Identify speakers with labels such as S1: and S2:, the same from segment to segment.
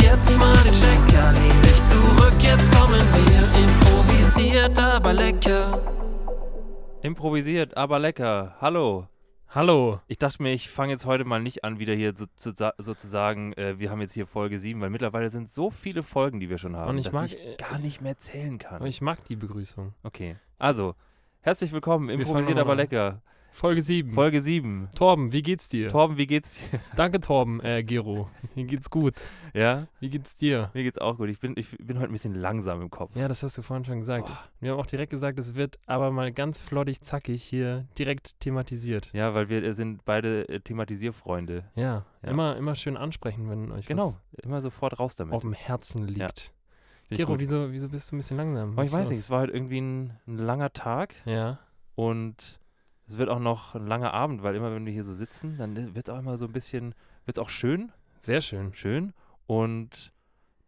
S1: jetzt mal den Stecker, lehn dich zurück, jetzt kommen wir. Improvisiert, aber lecker.
S2: Improvisiert, aber lecker. Hallo.
S3: Hallo.
S2: Ich dachte mir, ich fange jetzt heute mal nicht an, wieder hier so, zu, sa- sozusagen, äh, wir haben jetzt hier Folge 7, weil mittlerweile sind so viele Folgen, die wir schon haben,
S3: Und ich
S2: dass
S3: mag-
S2: ich gar nicht mehr zählen kann.
S3: Aber ich mag die Begrüßung.
S2: okay. Also, herzlich willkommen,
S3: fangen
S2: improvisiert,
S3: nochmal
S2: aber
S3: an.
S2: lecker.
S3: Folge 7.
S2: Folge 7.
S3: Torben, wie geht's dir?
S2: Torben, wie geht's dir?
S3: Danke, Torben, äh, Gero. Mir geht's gut.
S2: Ja,
S3: Wie geht's dir?
S2: mir geht's auch gut. Ich bin, ich bin heute ein bisschen langsam im Kopf.
S3: Ja, das hast du vorhin schon gesagt. Wir haben auch direkt gesagt, es wird aber mal ganz flottig, zackig hier direkt thematisiert.
S2: Ja, weil wir äh, sind beide äh, Thematisierfreunde.
S3: Ja,
S2: Ja.
S3: Immer, immer schön ansprechen, wenn euch
S2: Genau, immer sofort raus
S3: was
S2: damit.
S3: auf dem Herzen liegt.
S2: Finde ich
S3: Gero,
S2: gut.
S3: wieso, wieso bist du ein bisschen langsam?
S2: Aber ich
S3: Was
S2: weiß
S3: ist
S2: nicht, es war halt irgendwie ein, ein langer Tag.
S3: los? Ja.
S2: Und es wird auch noch ein langer Abend, weil immer wenn wir hier so sitzen, dann wird es auch immer so ein bisschen, wird es auch schön,
S3: Sehr schön.
S2: schön. Und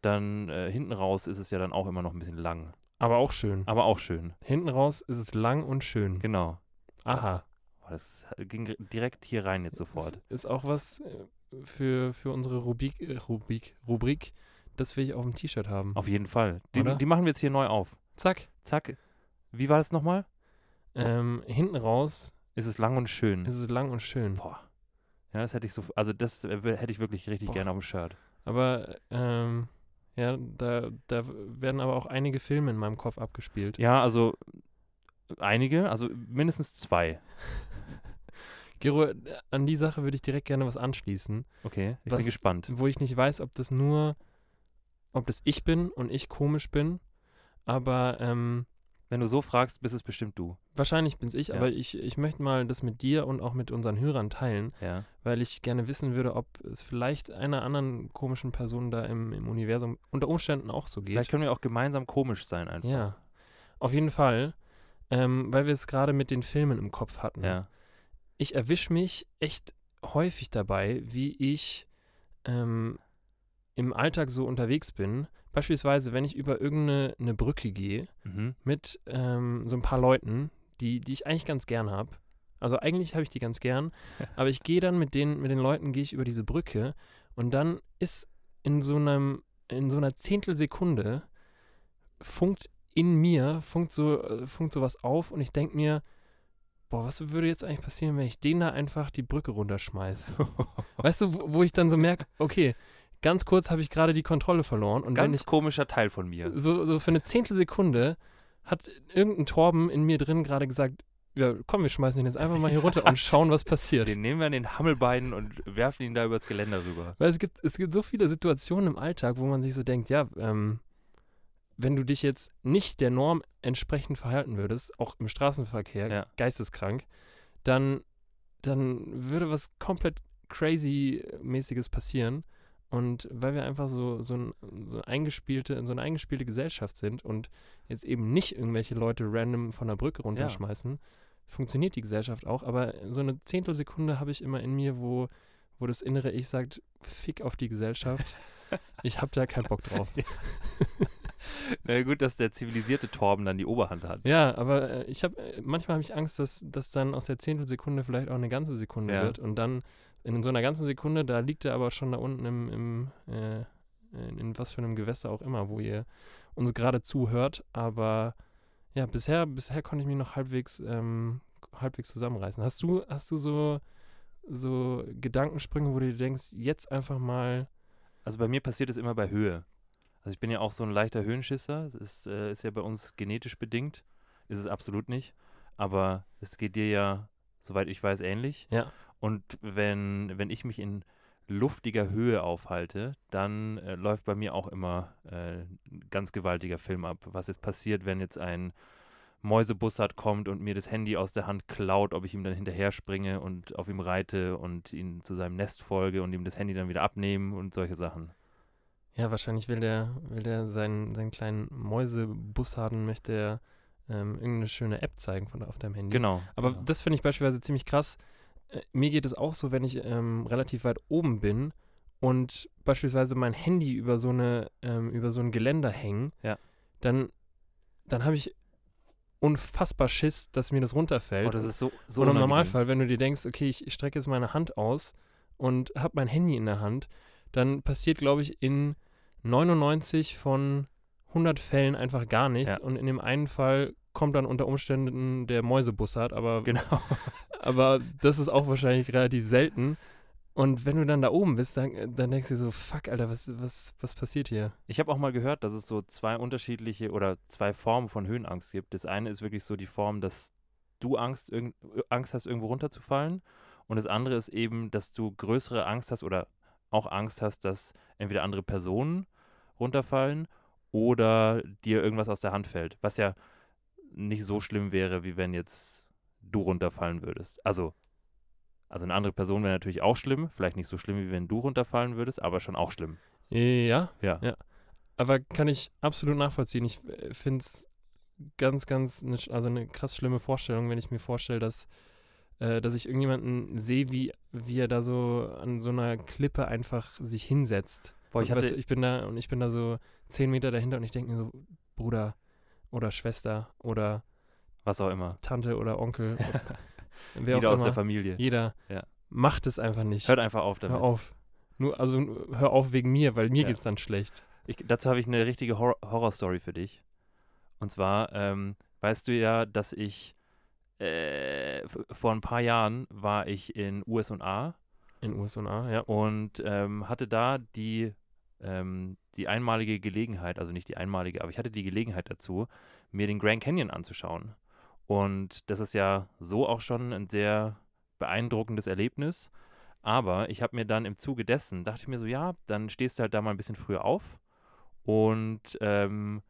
S2: dann äh, hinten raus ist es ja dann auch immer noch ein bisschen lang.
S3: Aber auch schön.
S2: Aber auch schön.
S3: Hinten raus ist es lang und schön.
S2: Genau.
S3: Aha.
S2: Boah, das ging gr- direkt hier rein jetzt sofort.
S3: Ist, ist auch was äh, für, für unsere Rubik, äh, Rubik, Rubrik, das will ich auf dem T-Shirt haben.
S2: Auf jeden Fall. Die,
S3: Oder?
S2: die machen wir jetzt hier neu auf.
S3: Zack.
S2: Zack. Wie war das nochmal? Oh.
S3: Ähm, hinten raus
S2: Ist es lang und schön.
S3: ist es lang und schön.
S2: Boah. Ja, das hätte ich so, also das äh, wär- hätte ich wirklich richtig
S3: Boah.
S2: gerne auf dem Shirt.
S3: Aber ähm, ja, da, da werden aber auch einige Filme in meinem Kopf abgespielt.
S2: Ja, also einige, also mindestens zwei.
S3: Gero, an die Sache würde ich direkt gerne was anschließen,
S2: Okay, ich
S3: Was-
S2: bin gespannt.
S3: wo ich nicht weiß, ob das nur, ob das ich bin und ich komisch bin, aber ähm,
S2: Wenn du so fragst, bist es bestimmt du.
S3: wahrscheinlich bin's ich,
S2: Ja.
S3: aber ich, ich möchte mal das mit dir und auch mit unseren Hörern teilen.
S2: Ja.
S3: weil ich gerne wissen würde, ob es vielleicht einer anderen komischen Person da im, im Universum unter Umständen auch so
S2: Vielleicht
S3: geht.
S2: können wir auch gemeinsam komisch sein einfach.
S3: Ja, auf jeden Fall, ähm, weil wir es gerade mit den Filmen im Kopf hatten.
S2: Ja.
S3: Ich erwische mich echt häufig dabei, wie ich ähm, im Alltag so unterwegs bin. Beispielsweise, wenn ich über irgendeine eine Brücke gehe
S2: Mhm.
S3: mit ähm, so ein paar Leuten, die, die ich eigentlich ganz gern habe. Also eigentlich habe ich die ganz gern, aber ich gehe dann mit den, mit den Leuten, gehe ich über diese Brücke und dann ist in so einem, in so einer Zehntelsekunde funkt in mir, funkt so, äh, funkt sowas auf und ich denke mir, boah, was würde jetzt eigentlich passieren, wenn ich den da einfach die Brücke runterschmeiße? Weißt du, wo, wo ich dann so merke, okay, ganz kurz habe ich gerade die Kontrolle verloren und wenn ich
S2: Ganz komischer Teil von mir.
S3: so, so für eine Zehntelsekunde hat irgendein Torben in mir drin gerade gesagt, ja, komm, wir schmeißen ihn jetzt einfach mal hier runter und schauen, was passiert.
S2: Den nehmen wir an den Hammelbeinen und werfen ihn da übers Geländer rüber.
S3: Weil es gibt, es gibt so viele Situationen im Alltag, wo man sich so denkt, ja, ähm, wenn du dich jetzt nicht der Norm entsprechend verhalten würdest, auch im Straßenverkehr,
S2: Ja.
S3: geisteskrank, dann, dann würde was komplett crazy-mäßiges passieren. Und weil wir einfach so, so, ein, so, eingespielte, so eine eingespielte Gesellschaft sind und jetzt eben nicht irgendwelche Leute random von der Brücke runterschmeißen, funktioniert die Gesellschaft auch. Aber so eine Zehntelsekunde habe ich immer in mir, wo, wo das innere Ich sagt, fick auf die Gesellschaft. Ich habe da keinen Bock drauf.
S2: Na gut, dass der zivilisierte Torben dann die Oberhand hat.
S3: Ja, aber äh, ich habe äh, manchmal habe ich Angst, dass dass dann aus der Zehntelsekunde vielleicht auch eine ganze Sekunde
S2: Ja.
S3: wird und dann in so einer ganzen Sekunde, da liegt er aber schon da unten im, im äh, in, in was für einem Gewässer auch immer, wo ihr uns gerade zuhört, aber ja, bisher bisher konnte ich mich noch halbwegs ähm, halbwegs zusammenreißen. Hast du hast du so so Gedankensprünge, wo du dir denkst, jetzt einfach mal
S2: Also bei mir passiert es immer bei Höhe. Also ich bin ja auch so ein leichter Höhenschisser. Es ist, äh, ist ja bei uns genetisch bedingt. Ist es absolut nicht. Aber es geht dir ja, soweit ich weiß, ähnlich.
S3: Ja.
S2: Und wenn, wenn ich mich in luftiger Höhe aufhalte, dann äh, läuft bei mir auch immer äh, ein ganz gewaltiger Film ab. Was jetzt passiert, wenn jetzt ein Mäusebussard kommt und mir das Handy aus der Hand klaut, ob ich ihm dann hinterher springe und auf ihm reite und ihn zu seinem Nest folge und ihm das Handy dann wieder abnehmen und solche Sachen.
S3: Ja, wahrscheinlich will der, will der seinen, seinen kleinen Mäusebussarden, möchte er ähm, irgendeine schöne App zeigen von, auf deinem Handy.
S2: Genau.
S3: Aber
S2: genau.
S3: das finde ich beispielsweise ziemlich krass. Äh, mir geht es auch so, wenn ich ähm, relativ weit oben bin und beispielsweise mein Handy über so eine, ähm, über so ein Geländer hängen,
S2: Ja.
S3: dann, dann habe ich unfassbar Schiss, dass mir das runterfällt.
S2: oh, das ist so, so
S3: Oder im
S2: unangenehm.
S3: Normalfall, wenn du dir denkst, okay, ich strecke jetzt meine Hand aus und habe mein Handy in der Hand, dann passiert, glaube ich, in 99 von 100 Fällen einfach gar nichts
S2: Ja.
S3: und in dem einen Fall kommt dann unter Umständen der Mäusebussard, aber,
S2: Genau.
S3: aber das ist auch wahrscheinlich relativ selten. Und wenn du dann da oben bist, dann, dann denkst du dir so, fuck, Alter, was, was, was passiert hier?
S2: Ich habe auch mal gehört, dass es so zwei unterschiedliche oder zwei Formen von Höhenangst gibt. Das eine ist wirklich so die Form, dass du Angst, irgend, äh, Angst hast, irgendwo runterzufallen. Und das andere ist eben, dass du größere Angst hast oder auch Angst hast, dass entweder andere Personen runterfallen oder dir irgendwas aus der Hand fällt. Was ja nicht so schlimm wäre, wie wenn jetzt du runterfallen würdest. Also, also eine andere Person wäre natürlich auch schlimm. Vielleicht nicht so schlimm, wie wenn du runterfallen würdest, aber schon auch schlimm.
S3: Ja,
S2: Ja.
S3: aber kann ich absolut nachvollziehen. Ich finde es ganz, ganz, ne, sch- also eine krass schlimme Vorstellung, wenn ich mir vorstelle, dass, äh, dass ich irgendjemanden sehe, wie, wie er da so an so einer Klippe einfach sich hinsetzt.
S2: Boah, ich
S3: Und weißt
S2: hatte,
S3: du, ich bin da und ich bin da so zehn Meter dahinter und ich denke mir so, Bruder oder Schwester oder
S2: was auch immer.
S3: Tante oder Onkel, wer
S2: Jeder
S3: auch
S2: aus
S3: immer,
S2: der Familie.
S3: jeder,
S2: Ja.
S3: macht es einfach nicht.
S2: Hört einfach auf damit.
S3: hör auf. Nur, also hör auf wegen mir, weil mir
S2: Ja.
S3: geht's dann schlecht.
S2: Ich, dazu habe ich eine richtige Hor Horror-Story für dich. Und zwar, ähm, weißt du ja, dass ich äh, f- vor ein paar Jahren war ich in USA
S3: In USA, ja.
S2: und ähm, hatte da die, ähm, die einmalige Gelegenheit, also nicht die einmalige, aber ich hatte die Gelegenheit dazu, mir den Grand Canyon anzuschauen. Und das ist ja so auch schon ein sehr beeindruckendes Erlebnis. Aber ich habe mir dann im Zuge dessen, dachte ich mir so, ja, dann stehst du halt da mal ein bisschen früher auf und ähm,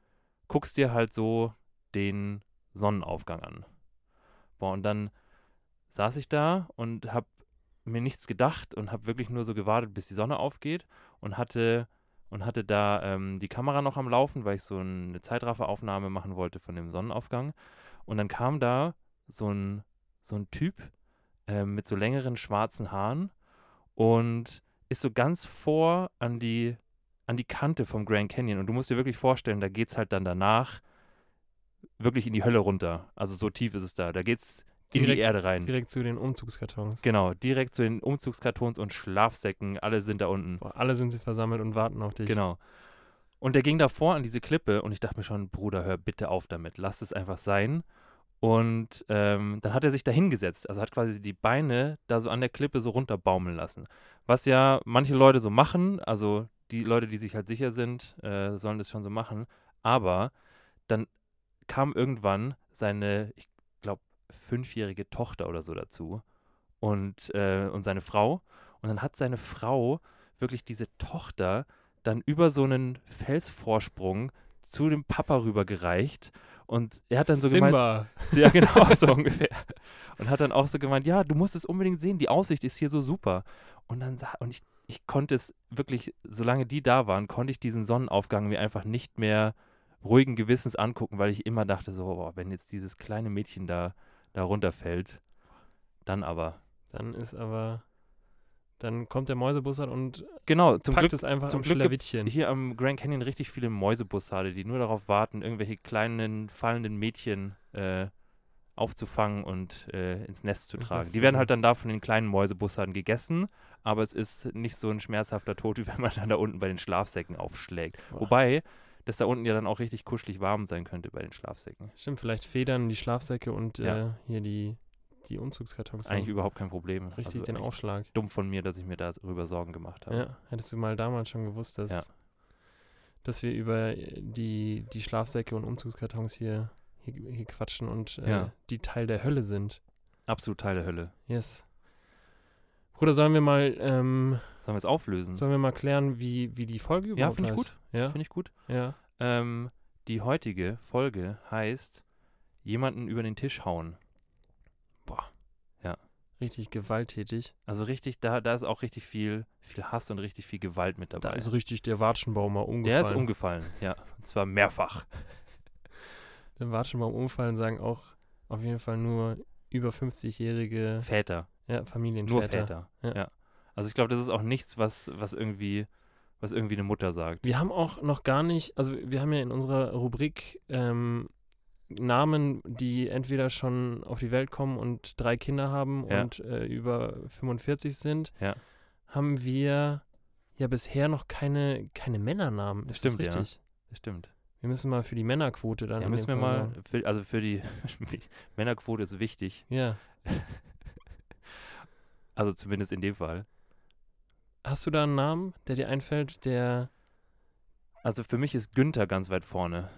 S2: guckst dir halt so den Sonnenaufgang an. Boah, und dann saß ich da und habe mir nichts gedacht und habe wirklich nur so gewartet, bis die Sonne aufgeht und hatte und hatte da ähm, die Kamera noch am Laufen, weil ich so eine Zeitrafferaufnahme machen wollte von dem Sonnenaufgang. Und dann kam da so ein, so ein Typ ähm, mit so längeren schwarzen Haaren und ist so ganz vor an die, an die Kante vom Grand Canyon. Und du musst dir wirklich vorstellen, da geht es halt dann danach wirklich in die Hölle runter. Also so tief ist es da. Da geht's in die
S3: Direkt-
S2: Erde rein.
S3: Direkt zu den Umzugskartons.
S2: Genau, direkt zu den Umzugskartons und Schlafsäcken, alle sind da unten.
S3: Boah, alle sind sie versammelt und warten auf dich.
S2: Genau. Und der ging davor an diese Klippe und ich dachte mir schon, Bruder, hör bitte auf damit, lass es einfach sein. Und ähm, dann hat er sich da hingesetzt, also hat quasi die Beine da so an der Klippe so runterbaumeln lassen. Was ja manche Leute so machen, also die Leute, die sich halt sicher sind, äh, sollen das schon so machen. Aber dann kam irgendwann seine, ich glaube, fünfjährige Tochter oder so dazu und, äh, und seine Frau. Und dann hat seine Frau wirklich diese Tochter dann über so einen Felsvorsprung zu dem Papa rübergereicht. Und er hat dann so gemeint,
S3: Simba.
S2: ja, genau, so ungefähr. Und hat dann auch so gemeint, ja, du musst es unbedingt sehen, die Aussicht ist hier so super. Und dann sa- und ich, ich konnte es wirklich, solange die da waren, konnte ich diesen Sonnenaufgang mir einfach nicht mehr ruhigen Gewissens angucken, weil ich immer dachte, so, boah, wenn jetzt dieses kleine Mädchen da, da runterfällt, dann aber.
S3: Dann ist aber. Dann kommt der Mäusebussard und
S2: Genau, zum
S3: packt
S2: Glück
S3: es einfach
S2: Zum
S3: am
S2: Glück gibt es
S3: Schlawittchen.
S2: hier am Grand Canyon richtig viele Mäusebussarde, die nur darauf warten, irgendwelche kleinen fallenden Mädchen äh, aufzufangen und äh, ins Nest zu
S3: Ins
S2: tragen.
S3: Nest
S2: die
S3: zu
S2: werden
S3: bringen.
S2: halt dann da von den kleinen Mäusebussarden gegessen, aber es ist nicht so ein schmerzhafter Tod, wie wenn man dann da unten bei den Schlafsäcken aufschlägt.
S3: Boah.
S2: Wobei, dass da unten ja dann auch richtig kuschelig warm sein könnte bei den Schlafsäcken.
S3: Stimmt, vielleicht Federn, die Schlafsäcke und
S2: Ja.
S3: äh, hier die, die Umzugskartons.
S2: Ist eigentlich
S3: haben
S2: überhaupt kein Problem.
S3: richtig
S2: Also
S3: den
S2: eigentlich
S3: Aufschlag.
S2: Dumm von mir, dass ich mir darüber Sorgen gemacht habe.
S3: Ja, hättest du mal damals schon gewusst, dass,
S2: Ja.
S3: dass wir über äh, die, die Schlafsäcke und Umzugskartons hier, hier, hier quatschen und äh,
S2: Ja.
S3: die Teil der Hölle sind.
S2: Absolut Teil der Hölle.
S3: Yes. Bruder, sollen wir mal, ähm,
S2: Sollen wir es auflösen?
S3: sollen wir mal klären, wie, wie die Folge überhaupt
S2: Hm. ja, finde ich
S3: heißt?
S2: gut.
S3: Ja,
S2: Finde ich gut.
S3: ja.
S2: Ähm, die heutige Folge heißt Jemanden über den Tisch hauen.
S3: Richtig gewalttätig.
S2: Also richtig, da, da ist auch richtig viel, viel Hass und richtig viel Gewalt mit dabei.
S3: Da ist richtig der Watschenbaum mal umgefallen.
S2: Der ist umgefallen, ja. Und zwar mehrfach.
S3: der Watschenbaum umfallen sagen auch auf jeden Fall nur über 50-jährige
S2: Väter.
S3: ja, Familienväter.
S2: Nur Väter.
S3: Ja.
S2: Ja. Also ich glaube, das ist auch nichts, was, was irgendwie, was irgendwie eine Mutter sagt.
S3: Wir haben auch noch gar nicht, also wir haben ja in unserer Rubrik ähm, Namen, die entweder schon auf die Welt kommen und drei Kinder haben
S2: Ja.
S3: und äh, über 45 sind,
S2: Ja.
S3: haben wir ja bisher noch keine, keine Männernamen. Ist
S2: Stimmt, ja.
S3: das richtig?
S2: Das stimmt.
S3: Wir müssen mal für die Männerquote dann.
S2: Ja,
S3: in
S2: müssen wir
S3: dem Fall
S2: mal,
S3: sagen.
S2: für, also für die Männerquote ist wichtig,
S3: Ja.
S2: also zumindest in dem Fall.
S3: Hast du da einen Namen, der dir einfällt, der.
S2: Also für mich ist Günther ganz weit vorne.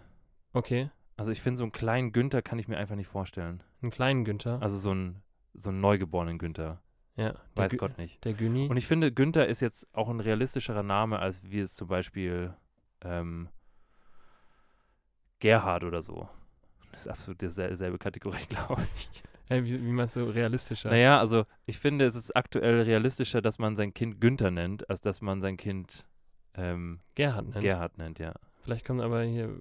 S3: Okay,
S2: Also ich finde, so einen kleinen Günther kann ich mir einfach nicht vorstellen.
S3: einen kleinen Günther.
S2: Also so einen, so einen neugeborenen Günther.
S3: ja, der
S2: Weiß
S3: Gü-
S2: Gott nicht.
S3: Der Güni.
S2: Und ich finde, Günther ist jetzt auch ein realistischerer Name, als wie es zum Beispiel ähm, Gerhard oder so. Das ist absolut dieselbe Kategorie, glaube ich.
S3: Äh, wie, wie meinst du realistischer?
S2: Naja, also ich finde, es ist aktuell realistischer, dass man sein Kind Günther nennt, als dass man sein Kind ähm,
S3: Gerhard nennt.
S2: Gerhard nennt, ja.
S3: Vielleicht kommen aber hier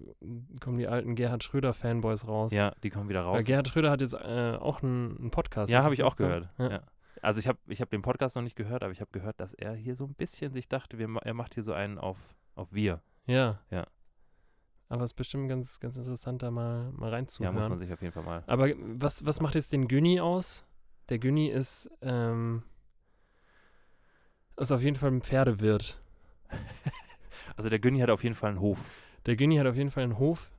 S3: kommen die alten Gerhard Schröder-Fanboys raus.
S2: Ja, die kommen wieder
S3: Weil
S2: raus.
S3: Gerhard Schröder hat jetzt äh, auch einen, einen Podcast.
S2: Ja,
S3: Hast du
S2: habe ich
S3: das
S2: auch gehört.
S3: Ja.
S2: Ja. Also ich habe ich hab den Podcast noch nicht gehört, aber ich habe gehört, dass er hier so ein bisschen sich dachte, wir, ma- er macht hier so einen auf, auf wir.
S3: Ja.
S2: Ja.
S3: Aber es ist bestimmt ganz, ganz interessant, da mal, mal
S2: Ja,
S3: reinzuhören.
S2: muss man sich auf jeden Fall mal.
S3: Aber was, was macht jetzt den Güni aus? Der Güni ist, ähm, ist auf jeden Fall ein Pferdewirt.
S2: Also der Günni hat auf jeden Fall einen Hof.
S3: Der Güni hat auf jeden Fall einen Hof,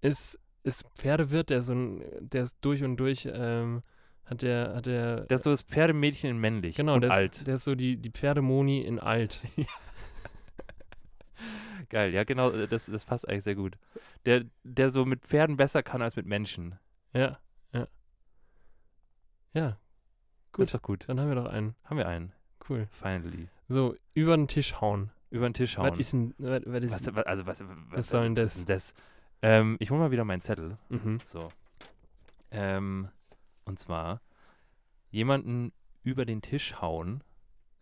S3: ist, ist Pferdewirt, der so ein, der ist durch und durch, ähm, hat der, hat der,
S2: Das ist so das Pferdemädchen in männlich
S3: genau,
S2: und
S3: der, Ist,
S2: alt.
S3: der ist so die, die Pferdemoni in alt.
S2: Geil, ja genau, äh, das, das passt eigentlich sehr gut. Der, der so mit Pferden besser kann als mit Menschen.
S3: Ja, ja. Ja, Gut.
S2: Das ist doch gut.
S3: dann haben wir doch einen.
S2: Haben wir einen.
S3: Cool.
S2: Finally.
S3: So, über den Tisch hauen.
S2: Über den Tisch
S3: Was
S2: hauen.
S3: ist denn, was, was ist,
S2: was, was, also was, was,
S3: was soll denn
S2: was
S3: das?
S2: ist denn das? Ähm, ich hole mal wieder meinen Zettel.
S3: Mhm.
S2: So. Ähm, und zwar, jemanden über den Tisch hauen,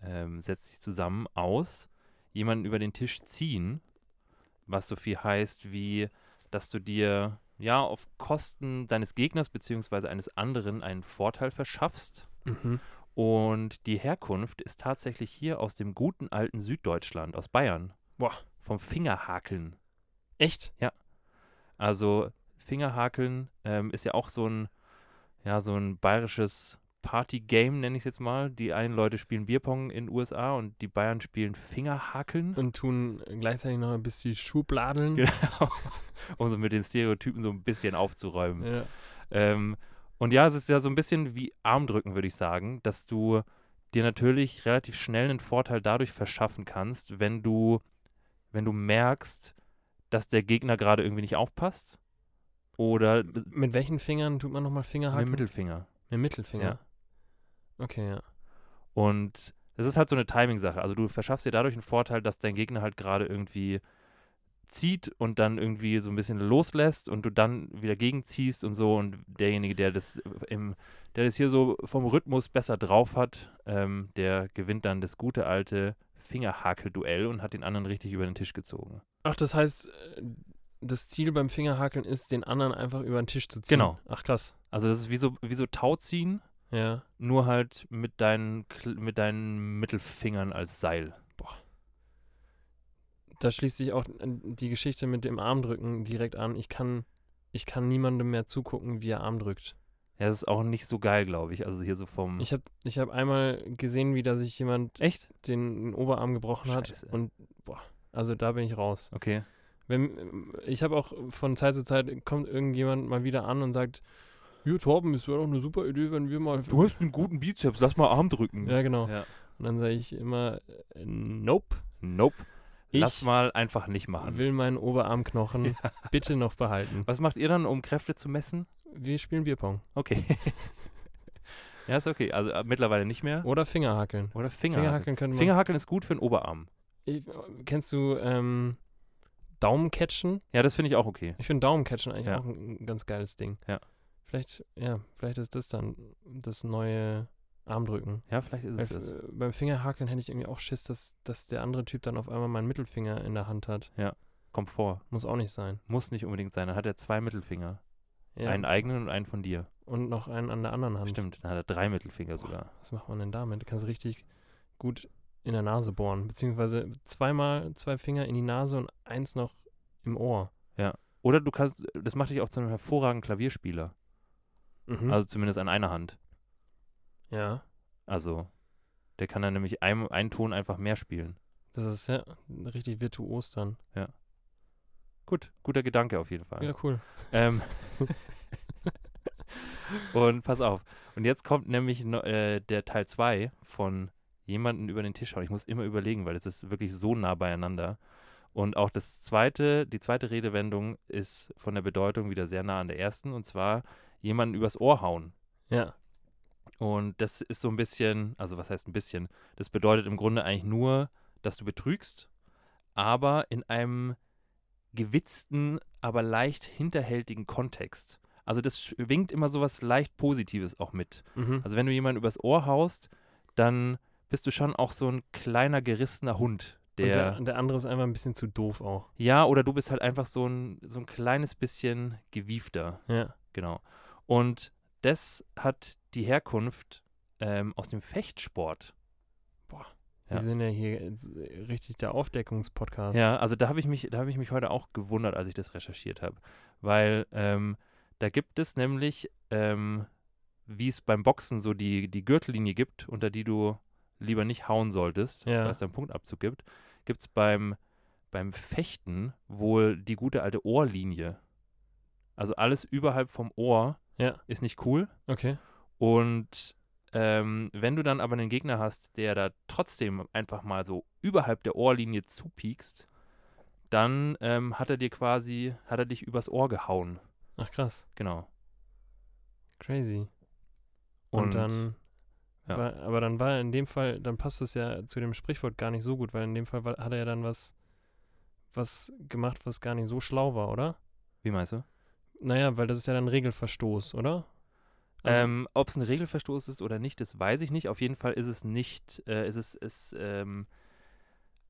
S2: ähm, setzt sich zusammen aus, jemanden über den Tisch ziehen, was so viel heißt wie, dass du dir ja auf Kosten deines Gegners bzw. eines anderen einen Vorteil verschaffst.
S3: Mhm.
S2: Und die Herkunft ist tatsächlich hier aus dem guten alten Süddeutschland, aus Bayern.
S3: Boah.
S2: Vom Fingerhakeln.
S3: Echt?
S2: Also Fingerhakeln ähm, ist ja auch so ein, ja, so ein bayerisches Party-Game, nenne ich es jetzt mal. Die einen Leute spielen Bierpong in den USA und die Bayern spielen Fingerhakeln,
S3: Und tun gleichzeitig noch ein bisschen Schubladeln.
S2: Genau. um so mit den Stereotypen so ein bisschen aufzuräumen.
S3: Ja.
S2: Ähm, und ja, es ist ja so ein bisschen wie Armdrücken, würde ich sagen, dass du dir natürlich relativ schnell einen Vorteil dadurch verschaffen kannst, wenn du, wenn du merkst, dass der Gegner gerade irgendwie nicht aufpasst. Oder mit
S3: Mit welchen Fingern tut man nochmal Fingerhaken?
S2: dem Mittelfinger.
S3: Mit dem Mittelfinger.
S2: Ja.
S3: Okay, ja.
S2: Und das ist halt so eine Timing-Sache. Also du verschaffst dir dadurch einen Vorteil, dass dein Gegner halt gerade irgendwie zieht und dann irgendwie so ein bisschen loslässt und du dann wieder gegenziehst und so und derjenige, der das im, der das hier so vom Rhythmus besser drauf hat, ähm, der gewinnt dann das gute alte Fingerhakel-Duell und hat den anderen richtig über den Tisch gezogen.
S3: Ach, das heißt, äh, das Ziel beim Fingerhakeln ist, den anderen einfach über den Tisch zu ziehen.
S2: Genau.
S3: Ach, krass.
S2: Also das ist wie so, wie so Tauziehen,
S3: Ja.
S2: nur halt mit deinen, Kl- mit deinen Mittelfingern als Seil.
S3: Da schließt sich auch äh, die Geschichte mit dem Armdrücken direkt an. Ich kann, ich kann niemandem mehr zugucken, wie er Arm drückt.
S2: Ja, das ist auch nicht so geil, glaube ich. Also hier so vom...
S3: Ich habe ich hab einmal gesehen, wie da sich jemand
S2: Echt?
S3: den Oberarm gebrochen hat.
S2: Scheiße.
S3: Und boah, also da bin ich raus.
S2: Okay.
S3: Wenn, ich habe auch von Zeit zu Zeit kommt irgendjemand mal wieder an und sagt, ja, Torben, es wäre doch eine super Idee, wenn wir mal.
S2: hast einen guten Bizeps, lass mal Arm drücken.
S3: Ja, genau.
S2: Ja.
S3: Und dann sage ich immer, äh, nope.
S2: Nope.
S3: Ich
S2: lass mal einfach nicht machen.
S3: will meinen Oberarmknochen bitte noch behalten.
S2: Was macht ihr dann, um Kräfte zu messen?
S3: Wir spielen Bierpong.
S2: Okay. ja, ist okay. Also äh, mittlerweile nicht mehr.
S3: Oder Fingerhakeln.
S2: Oder Fingerhakeln.
S3: Fingerhakeln könnte man.
S2: Fingerhakeln ist gut für den Oberarm.
S3: ich, kennst du ähm, Daumencatchen?
S2: Ja, das finde ich auch okay.
S3: Ich finde Daumencatchen eigentlich
S2: Ja.
S3: auch ein, ein ganz geiles Ding.
S2: Ja.
S3: Vielleicht, ja, vielleicht ist das dann das neue Armdrücken.
S2: Ja, vielleicht ist es
S3: Weil,
S2: das.
S3: äh, beim Fingerhakeln hätte ich irgendwie auch Schiss, dass, dass der andere Typ dann auf einmal meinen Mittelfinger in der Hand hat.
S2: Kommt vor.
S3: Muss auch nicht sein.
S2: Muss nicht unbedingt sein. Dann hat er zwei Mittelfinger.
S3: Ja.
S2: Einen eigenen und einen von dir.
S3: Und noch einen an der anderen Hand.
S2: Stimmt, dann hat er drei Mittelfinger sogar.
S3: Was macht man denn damit? Du kannst richtig gut in der Nase bohren. Beziehungsweise zweimal zwei Finger in die Nase und eins noch im Ohr.
S2: Oder du kannst, das macht dich auch zu einem hervorragenden Klavierspieler.
S3: Mhm.
S2: Also zumindest an einer Hand.
S3: ja.
S2: Also, der kann dann nämlich ein, einen Ton einfach mehr spielen.
S3: Das ist ja richtig virtuos dann.
S2: Gut, guter Gedanke auf jeden Fall.
S3: Ja, cool.
S2: Ähm, und pass auf. Und jetzt kommt nämlich no, äh, der Teil 2 von jemanden über den Tisch hauen. Ich muss immer überlegen, weil es ist wirklich so nah beieinander. Und auch das zweite, die zweite Redewendung ist von der Bedeutung wieder sehr nah an der ersten, und zwar jemanden übers Ohr hauen.
S3: Ja.
S2: Und das ist so ein bisschen, also was heißt ein bisschen? Das bedeutet im Grunde eigentlich nur, dass du betrügst, aber in einem gewitzten, aber leicht hinterhältigen Kontext. Also das schwingt immer so was leicht Positives auch mit.
S3: Mhm.
S2: Also wenn du jemanden übers Ohr haust, dann bist du schon auch so ein kleiner gerissener Hund,
S3: Und
S2: der,
S3: der, der andere ist einfach ein bisschen zu doof auch.
S2: ja, oder du bist halt einfach so ein, so ein kleines bisschen gewiefter.
S3: Ja.
S2: Genau. Und das hat die Herkunft ähm, aus dem Fechtsport. Ja.
S3: Wir sind ja hier jetzt, äh, richtig der Aufdeckungspodcast.
S2: Ja, also da habe ich mich, da habe ich mich heute auch gewundert, als ich das recherchiert habe. Weil ähm, da gibt es nämlich, ähm, wie es beim Boxen so die, die Gürtellinie gibt, unter die du lieber nicht hauen solltest,
S3: Ja.
S2: weil es da einen Punktabzug gibt, gibt es beim, beim Fechten wohl die gute alte Ohrlinie. Also alles überhalb vom Ohr
S3: Ja.
S2: ist nicht cool.
S3: Okay.
S2: Und ähm, wenn du dann aber einen Gegner hast, der da trotzdem einfach mal so überhalb der Ohrlinie zupiekst, dann ähm, hat er dir quasi, hat er dich übers Ohr gehauen.
S3: Ach krass.
S2: Genau.
S3: Crazy. Und, dann.
S2: ja.
S3: War, aber dann war in dem Fall, dann passt es ja zu dem Sprichwort gar nicht so gut, weil in dem Fall war, hat er ja dann was, was gemacht, was gar nicht so schlau war, oder?
S2: Wie meinst du?
S3: Naja, weil das ist ja dann Regelverstoß, oder? Also-
S2: Ähm, Ob es ein Regelverstoß ist oder nicht, das weiß ich nicht. Auf jeden Fall ist es nicht, äh, ist es, ist, ähm,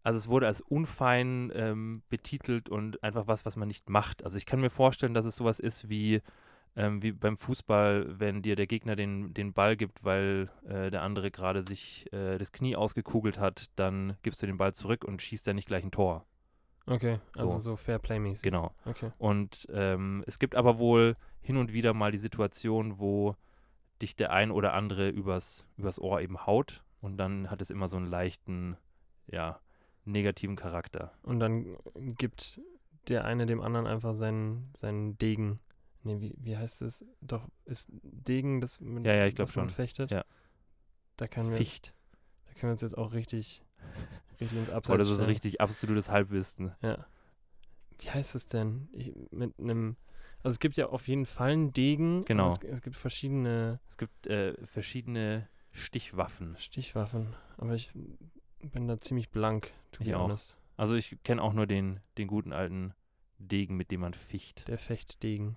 S2: also es wurde als unfein ähm, betitelt und einfach was, was man nicht macht. Also ich kann mir vorstellen, dass es sowas ist wie, ähm, wie beim Fußball, wenn dir der Gegner den, den Ball gibt, weil äh, der andere gerade sich äh, das Knie ausgekugelt hat, dann gibst du den Ball zurück und schießt dann nicht gleich ein Tor.
S3: Okay, also
S2: So.
S3: so, Fairplay-mäßig.
S2: Genau.
S3: Okay.
S2: Und ähm, es gibt aber wohl hin und wieder mal die Situation, wo dich der ein oder andere übers, übers Ohr eben haut und dann hat es immer so einen leichten, ja, negativen Charakter.
S3: Und dann gibt der eine dem anderen einfach seinen, seinen Degen. Nee, wie, wie heißt es? Doch, ist Degen das, mit,
S2: Ja, ja, ich glaub
S3: das man
S2: schon.
S3: fechtet?
S2: Ja.
S3: Da können, wir,
S2: Ficht.
S3: da können wir uns jetzt auch richtig, richtig ins Abseits
S2: Oder so ist
S3: stellen.
S2: richtig absolutes Halbwissen.
S3: Ja. Wie heißt es denn? Ich, mit einem. Also es gibt ja auf jeden Fall einen Degen. aber
S2: Genau.
S3: Es, es gibt verschiedene
S2: Es gibt äh, verschiedene Stichwaffen.
S3: Stichwaffen. Aber ich bin da ziemlich blank, to
S2: Ich
S3: be
S2: auch.
S3: honest.
S2: Also ich kenne auch nur den, den guten alten Degen, mit dem man ficht.
S3: Der Fechtdegen.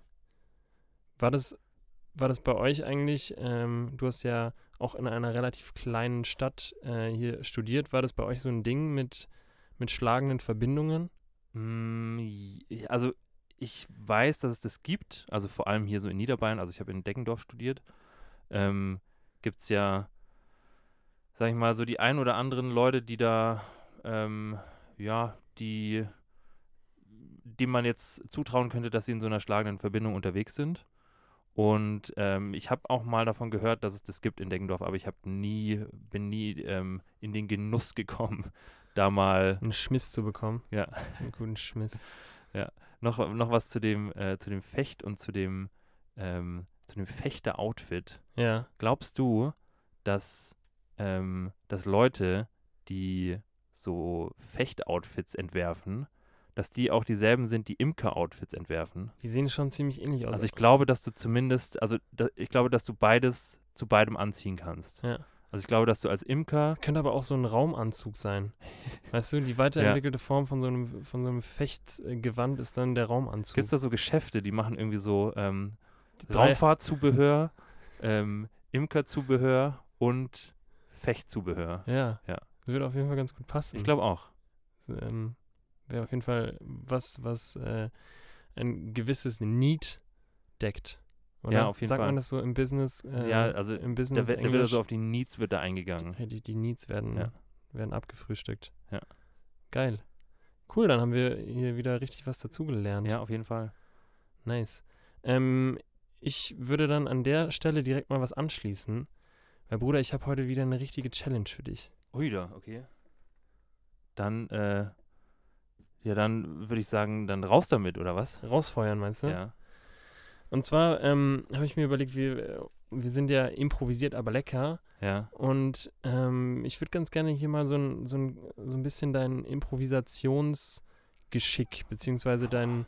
S3: War das, war das bei euch eigentlich, ähm, du hast ja auch in einer relativ kleinen Stadt äh, hier studiert, war das bei euch so ein Ding mit, mit schlagenden Verbindungen?
S2: Mm, j- Also ich weiß, dass es das gibt, also vor allem hier so in Niederbayern, also ich habe in Deggendorf studiert, ähm, gibt es ja, sag ich mal, so die ein oder anderen Leute, die da, ähm, ja, die, dem man jetzt zutrauen könnte, dass sie in so einer schlagenden Verbindung unterwegs sind. Und ähm, ich habe auch mal davon gehört, dass es das gibt in Deggendorf, aber ich habe nie, bin nie ähm, in den Genuss gekommen, da mal
S3: Einen Schmiss zu bekommen?
S2: Ja.
S3: Einen guten Schmiss.
S2: noch, noch was zu dem, äh, zu dem Fecht und zu dem, ähm, zu dem Fechter-Outfit.
S3: Ja.
S2: Glaubst du, dass, ähm, dass Leute, die so Fecht-Outfits entwerfen, dass die auch dieselben sind, die Imker-Outfits entwerfen?
S3: Die sehen schon ziemlich ähnlich aus.
S2: Also ich glaube, dass du zumindest, also da, ich glaube, dass du beides zu beidem anziehen kannst.
S3: Ja.
S2: Also ich glaube, dass du als Imker,
S3: Könnte aber auch so ein Raumanzug sein. Weißt du, die weiterentwickelte Form von so einem, von so einem Fechtgewand ist dann der Raumanzug.
S2: gibt es da so Geschäfte, die machen irgendwie so ähm,
S3: Drei-
S2: Raumfahrtzubehör, ähm, Imkerzubehör und Fechtzubehör.
S3: Ja.
S2: Ja.
S3: Würde auf jeden Fall ganz gut passen.
S2: Ich glaube auch.
S3: ähm, wäre auf jeden Fall was, was äh, ein gewisses Need deckt. Oder?
S2: Ja, auf jeden
S3: Sagt
S2: Fall.
S3: man das so im Business? Äh,
S2: Ja, also
S3: im
S2: Da,
S3: Business
S2: wird- da wird
S3: English,
S2: also auf die Needs wird da eingegangen.
S3: die, die Needs werden,
S2: Ja.
S3: werden abgefrühstückt.
S2: Ja.
S3: Geil. Cool, dann haben wir hier wieder richtig was dazugelernt.
S2: Ja, auf jeden Fall.
S3: Nice. Ähm, ich würde dann an der Stelle direkt mal was anschließen. Weil Bruder, ich habe heute wieder eine richtige Challenge für dich.
S2: Ui da, okay. dann, äh, ja, dann würde ich sagen, dann raus damit, oder was?
S3: Rausfeuern, meinst du?
S2: Ja.
S3: Und zwar ähm, habe ich mir überlegt, wir, wir sind ja improvisiert, aber lecker.
S2: Ja.
S3: Und ähm, ich würde ganz gerne hier mal so ein, so ein, so ein bisschen dein Improvisationsgeschick, beziehungsweise dein,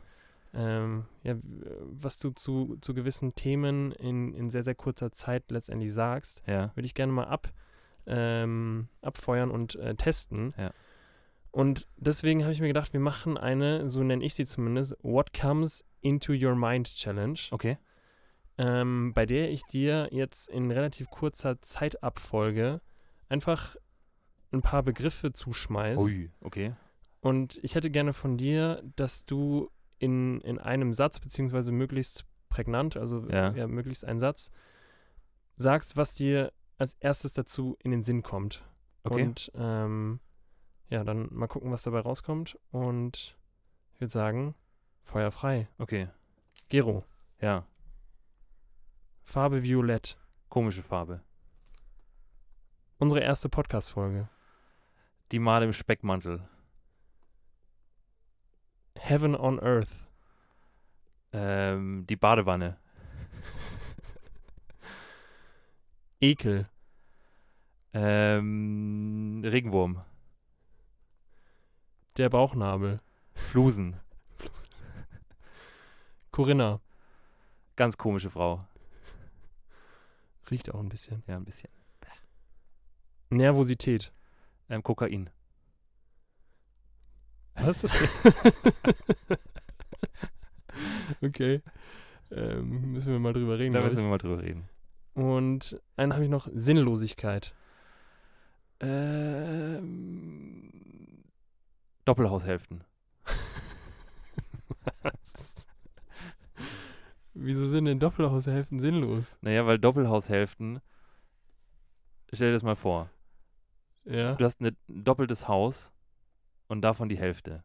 S3: ähm, ja, w- was du zu, zu gewissen Themen in, in sehr, sehr kurzer Zeit letztendlich sagst,
S2: Ja.
S3: würde ich gerne mal ab, ähm, abfeuern und äh, testen.
S2: Ja.
S3: Und deswegen habe ich mir gedacht, wir machen eine, so nenne ich sie zumindest, What Comes Into Your Mind Challenge
S2: Okay.
S3: ähm, bei der ich dir jetzt in relativ kurzer Zeitabfolge einfach ein paar Begriffe zuschmeiß.
S2: Ui. Okay.
S3: Und ich hätte gerne von dir, dass du in, in einem Satz, beziehungsweise möglichst prägnant, also
S2: Ja.
S3: ja. möglichst einen Satz, sagst, was dir als erstes dazu in den Sinn kommt.
S2: Okay.
S3: Und ähm, ja, dann mal gucken, was dabei rauskommt. Und ich würde sagen, Feuer frei.
S2: Okay.
S3: Gero,
S2: Ja.
S3: Farbe Violett.
S2: Komische Farbe.
S3: Unsere erste Podcast-Folge.
S2: Die Made im Speckmantel.
S3: Heaven on Earth.
S2: Ähm, die Badewanne.
S3: Ekel.
S2: Ähm, Regenwurm.
S3: Der Bauchnabel.
S2: Flusen.
S3: Corinna.
S2: Ganz komische Frau.
S3: Riecht auch ein bisschen.
S2: Ja, ein bisschen.
S3: Nervosität.
S2: Ähm, Kokain.
S3: Was? okay. Ähm, müssen wir mal drüber reden.
S2: Da
S3: glaub
S2: müssen
S3: ich.
S2: wir mal drüber reden.
S3: Und einen habe ich noch. Sinnlosigkeit.
S2: Ähm, Doppelhaushälften.
S3: Wieso sind denn Doppelhaushälften sinnlos?
S2: Naja, weil Doppelhaushälften. Stell dir das mal vor.
S3: Ja.
S2: Du hast eine- ein doppeltes Haus und davon die Hälfte.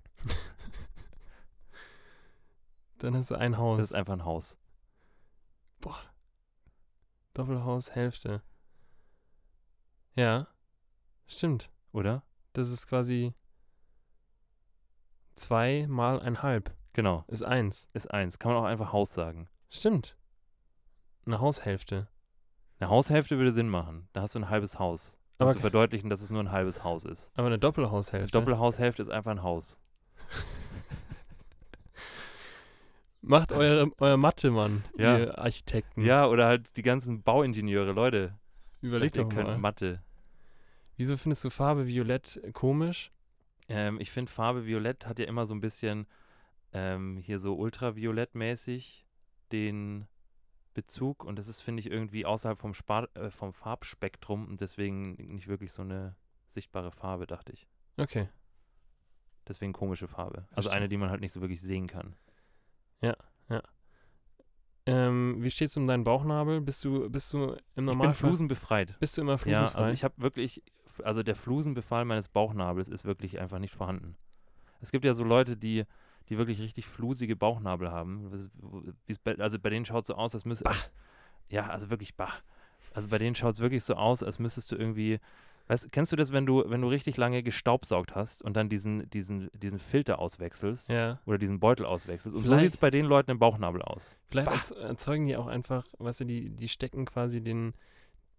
S3: Dann hast du ein
S2: Das
S3: Haus.
S2: ist einfach ein Haus.
S3: Doppelhaushälfte. Ja. Stimmt.
S2: Oder?
S3: Das ist quasi zwei mal ein halb
S2: Genau.
S3: ist eins.
S2: Ist eins. Kann man auch einfach Haus sagen.
S3: Stimmt. Eine Haushälfte.
S2: Eine Haushälfte würde Sinn machen. Da hast du ein halbes Haus. Um
S3: Aber
S2: zu
S3: ke-
S2: verdeutlichen, dass es nur ein halbes Haus ist.
S3: Aber eine
S2: Eine
S3: Doppelhaushälfte.
S2: Doppelhaushälfte ist einfach ein Haus.
S3: Macht eure, euer Mathe, Mann,
S2: Ja.
S3: ihr Architekten.
S2: Ja, oder halt die ganzen Bauingenieure, Leute.
S3: Überlegt
S2: ihr
S3: doch
S2: könnt
S3: mal.
S2: Mathe.
S3: Wieso findest du Farbe Violett komisch?
S2: Ähm, ich finde, Farbe Violett hat ja immer so ein bisschen ähm, hier so ultraviolettmäßig den Bezug und das ist, finde ich, irgendwie außerhalb vom, Spa äh, vom Farbspektrum und deswegen nicht wirklich so eine sichtbare Farbe, dachte ich.
S3: Okay.
S2: Deswegen komische Farbe. Also
S3: Verstehe.
S2: eine, die man halt nicht so wirklich sehen kann.
S3: Ähm, wie steht's um deinen Bauchnabel? Bist du, bist du im
S2: Ich bin
S3: normalen
S2: Flusen befreit.
S3: Bist du immer
S2: Ja,
S3: flusenfrei?
S2: also ich habe wirklich, also der Flusenbefall meines Bauchnabels ist wirklich einfach nicht vorhanden. Es gibt ja so Leute, die, die wirklich richtig flusige Bauchnabel haben. Was- wo- wie's bei- Also bei denen schaut es so aus, als müsste. Ja, also wirklich bach. Also bei denen schaut es wirklich so aus, als müsstest du irgendwie. Weißt, kennst du das, wenn du, wenn du richtig lange gestaubsaugt hast und dann diesen, diesen, diesen Filter auswechselst
S3: ja.
S2: oder diesen Beutel auswechselst? Und so
S3: Vielleicht-
S2: sieht es bei den Leuten im Bauchnabel aus.
S3: Vielleicht
S2: Bah.
S3: erz- erzeugen die auch einfach, weißt du, die, die stecken quasi den,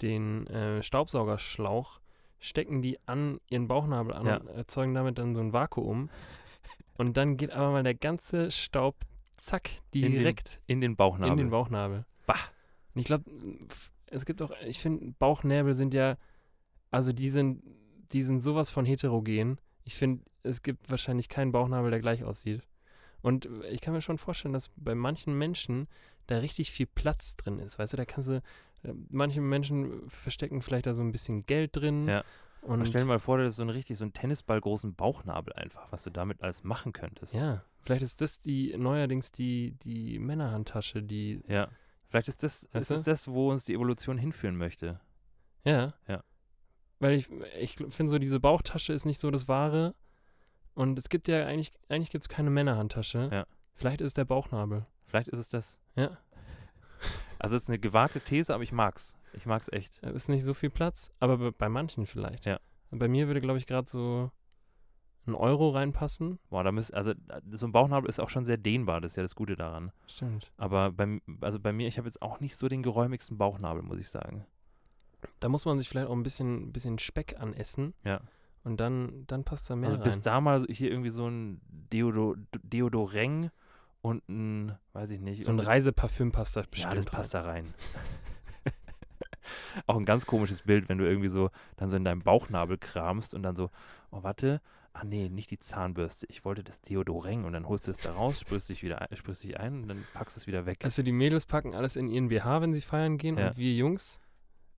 S3: den äh, Staubsaugerschlauch, stecken die an ihren Bauchnabel an
S2: Ja.
S3: und erzeugen damit dann so ein Vakuum. Und dann geht aber mal der ganze Staub, zack,
S2: den
S3: direkt
S2: In den
S3: in den,
S2: Bauchnabel.
S3: Bauchnabel.
S2: Bah.
S3: Und ich glaube, es gibt auch, ich finde, Bauchnäbel sind ja, also die sind, die sind sowas von heterogen. Ich finde, es gibt wahrscheinlich keinen Bauchnabel, der gleich aussieht. Und ich kann mir schon vorstellen, dass bei manchen Menschen da richtig viel Platz drin ist. Weißt du, da kannst du, äh, manche Menschen verstecken vielleicht da so ein bisschen Geld drin.
S2: Ja.
S3: Und
S2: Stell dir mal vor, das ist so ein richtig, so ein Tennisball großen Bauchnabel einfach, was du damit alles machen könntest.
S3: ja, vielleicht ist das die neuerdings die, die Männerhandtasche, die,
S2: Ja. Vielleicht ist das, ist
S3: Weißt
S2: das,
S3: du?
S2: das, wo uns die Evolution hinführen möchte.
S3: ja.
S2: Ja.
S3: Weil ich, ich finde so, diese Bauchtasche ist nicht so das Wahre. Und es gibt ja eigentlich, eigentlich gibt es keine Männerhandtasche.
S2: Ja.
S3: Vielleicht ist der Bauchnabel.
S2: Vielleicht ist es das.
S3: Ja.
S2: Also es ist eine gewagte These, aber ich mag's. Ich mag's echt.
S3: Da ist nicht so viel Platz, aber bei, bei manchen vielleicht.
S2: Ja.
S3: Und Bei mir würde, glaube ich, gerade so, einen Euro reinpassen.
S2: Boah, da müsst, also da- so ein Bauchnabel ist auch schon sehr dehnbar, das ist ja das Gute daran.
S3: Stimmt.
S2: Aber bei, m- also bei mir, ich habe jetzt auch nicht so den geräumigsten Bauchnabel, muss ich sagen.
S3: Da muss man sich vielleicht auch ein bisschen, bisschen Speck anessen.
S2: Ja.
S3: Und dann, dann passt da mehr
S2: Also
S3: rein.
S2: bis da mal so- hier irgendwie so ein Deodo, Deodoreng und ein, weiß ich nicht.
S3: so ein
S2: und
S3: Reiseparfüm passt da bestimmt.
S2: Ja, das passt da rein. Auch ein ganz komisches Bild, wenn du irgendwie so dann so in deinem Bauchnabel kramst und dann so, oh warte, ah nee, nicht die Zahnbürste. Ich wollte das Deodoreng und dann holst du es da raus, sprühst dich wieder, ein- sprühst dich ein und dann packst du es wieder weg.
S3: Also die Mädels packen alles in ihren BH, wenn sie feiern gehen.
S2: Ja.
S3: Und wir Jungs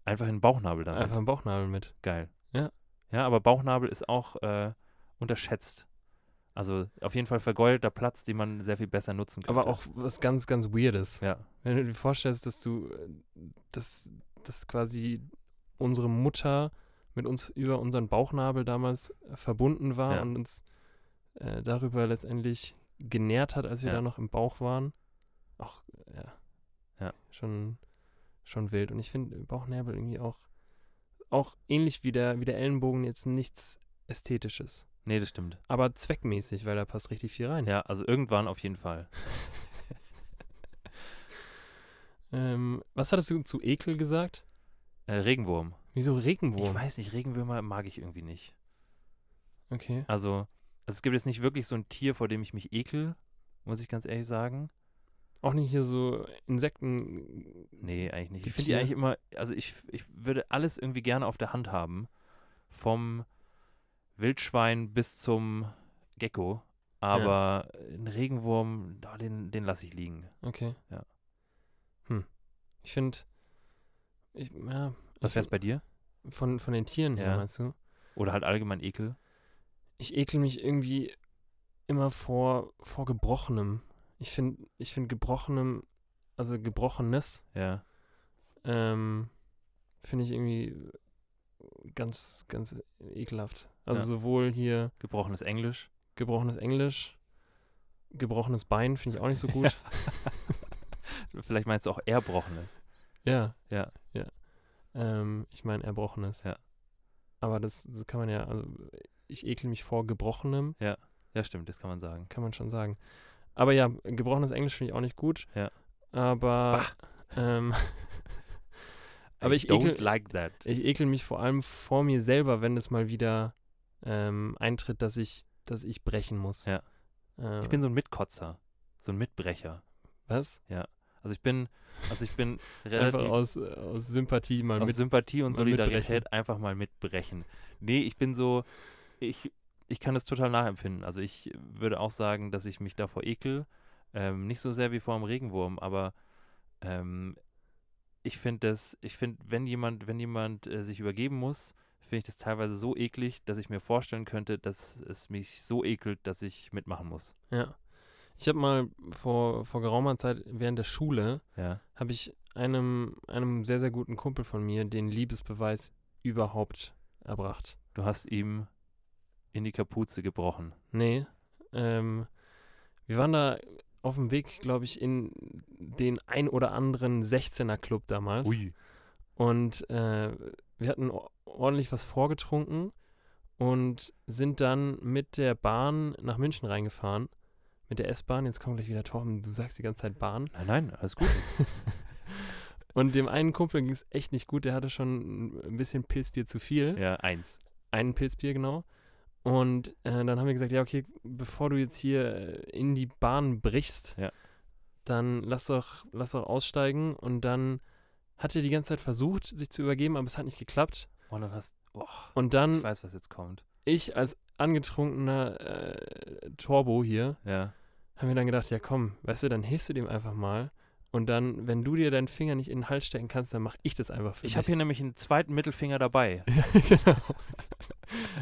S2: Einfach in den Bauchnabel damit.
S3: einfach einen Bauchnabel mit.
S2: Geil.
S3: Ja.
S2: Ja, aber Bauchnabel ist auch äh, unterschätzt. Also auf jeden Fall vergeudeter Platz, den man sehr viel besser nutzen könnte.
S3: Aber auch was ganz, ganz Weirdes.
S2: Ja.
S3: Wenn du dir vorstellst, dass du, äh, dass, dass quasi unsere Mutter mit uns über unseren Bauchnabel damals äh, verbunden war
S2: Ja.
S3: und uns äh, darüber letztendlich genährt hat, als wir
S2: Ja.
S3: da noch im Bauch waren. Auch, ja.
S2: Ja.
S3: Schon, schon wild. Und ich finde Bauchnabel irgendwie auch, auch ähnlich wie der, wie der Ellenbogen jetzt nichts Ästhetisches.
S2: Nee, das stimmt.
S3: Aber zweckmäßig, weil da passt richtig viel rein.
S2: Ja, also irgendwann auf jeden Fall.
S3: Ähm, was hattest du zu Ekel gesagt?
S2: Äh, Regenwurm.
S3: Wieso
S2: Ich
S3: Regenwurm?
S2: weiß nicht, Regenwürmer mag ich irgendwie nicht.
S3: Okay.
S2: Also, also es gibt jetzt nicht wirklich so ein Tier, vor dem ich mich ekel, muss ich ganz ehrlich sagen.
S3: Auch nicht hier so Insekten.
S2: Nee, eigentlich nicht.
S3: Die
S2: Ich finde die
S3: Tiere?
S2: eigentlich immer, also ich, ich würde alles irgendwie gerne auf der Hand haben. Vom Wildschwein bis zum Gecko. Aber ein Regenwurm, da, den, den lasse ich liegen.
S3: Okay.
S2: Ja.
S3: Hm. Ich finde. Ich, ja,
S2: Was
S3: ich-
S2: wär's bei dir?
S3: von, von den Tieren her,
S2: Ja.
S3: meinst du?
S2: Oder halt allgemein Ekel?
S3: Ich ekel mich irgendwie immer vor, vor Gebrochenem. Ich finde ich find Gebrochenem, also Gebrochenes,
S2: Ja.
S3: ähm, finde ich irgendwie ganz, ganz ekelhaft. Also
S2: Ja.
S3: sowohl hier
S2: Gebrochenes Englisch.
S3: gebrochenes Englisch, gebrochenes Bein finde ich auch nicht so gut.
S2: Vielleicht meinst du auch erbrochenes.
S3: Ja.
S2: Ja.
S3: Ja. Ähm, ich meine Erbrochenes.
S2: Ja.
S3: Aber das, das kann man ja, also ich ekel mich vor Gebrochenem,
S2: Ja, stimmt, das kann man sagen.
S3: kann man schon sagen. Aber ja, gebrochenes Englisch finde ich auch nicht gut.
S2: Ja.
S3: Aber, ähm, aber
S2: I
S3: ich
S2: don't
S3: ekel,
S2: like that.
S3: ich ekel mich vor allem vor mir selber, wenn es mal wieder ähm, eintritt, dass ich, dass ich brechen muss.
S2: Ja.
S3: Äh,
S2: Ich bin so ein Mitkotzer. So ein Mitbrecher.
S3: was?
S2: Also ich bin, also ich bin
S3: Einfach
S2: relativ
S3: aus, äh, aus Sympathie mal
S2: aus
S3: mit.
S2: Sympathie und
S3: mal
S2: Solidarität einfach mal mitbrechen. Nee, ich bin so, ich, ich kann das total nachempfinden. Also ich würde auch sagen, dass ich mich davor ekel. Ähm, nicht so sehr wie vor einem Regenwurm, aber ähm, ich finde das, ich finde, wenn jemand, wenn jemand äh, sich übergeben muss, finde ich das teilweise so eklig, dass ich mir vorstellen könnte, dass es mich so ekelt, dass ich mitmachen muss.
S3: Ja. Ich habe mal vor, vor geraumer Zeit während der Schule
S2: Ja.
S3: habe ich einem, einem sehr, sehr guten Kumpel von mir den Liebesbeweis überhaupt erbracht.
S2: Du hast ihm in die Kapuze gebrochen.
S3: Nee, ähm, wir waren da auf dem Weg, glaube ich, in den ein oder anderen 16er-Club damals. Und äh, wir hatten o- ordentlich was vorgetrunken und sind dann mit der Bahn nach München reingefahren. Mit der S-Bahn. Jetzt kommt gleich wieder Torben, du sagst die ganze Zeit Bahn.
S2: Nein, nein, alles gut.
S3: Und dem einen Kumpel ging es echt nicht gut, der hatte schon ein bisschen Pilzbier zu viel.
S2: ja, eins.
S3: Einen Pilzbier, genau. Und äh, dann haben wir gesagt, ja, okay, bevor du jetzt hier äh, in die Bahn brichst,
S2: Ja.
S3: dann lass doch, lass doch aussteigen. Und dann hat er die ganze Zeit versucht, sich zu übergeben, aber es hat nicht geklappt.
S2: Und dann hast oh,
S3: Und
S2: ich
S3: dann
S2: weiß, was jetzt kommt.
S3: ich als angetrunkener äh, Torbo hier,
S2: Ja.
S3: haben wir dann gedacht, ja komm, weißt du, dann hilfst du dem einfach mal. Und dann, wenn du dir deinen Finger nicht in den Hals stecken kannst, dann mache ich das einfach für
S2: Ich
S3: dich.
S2: habe hier nämlich einen zweiten Mittelfinger dabei.
S3: Ja, genau.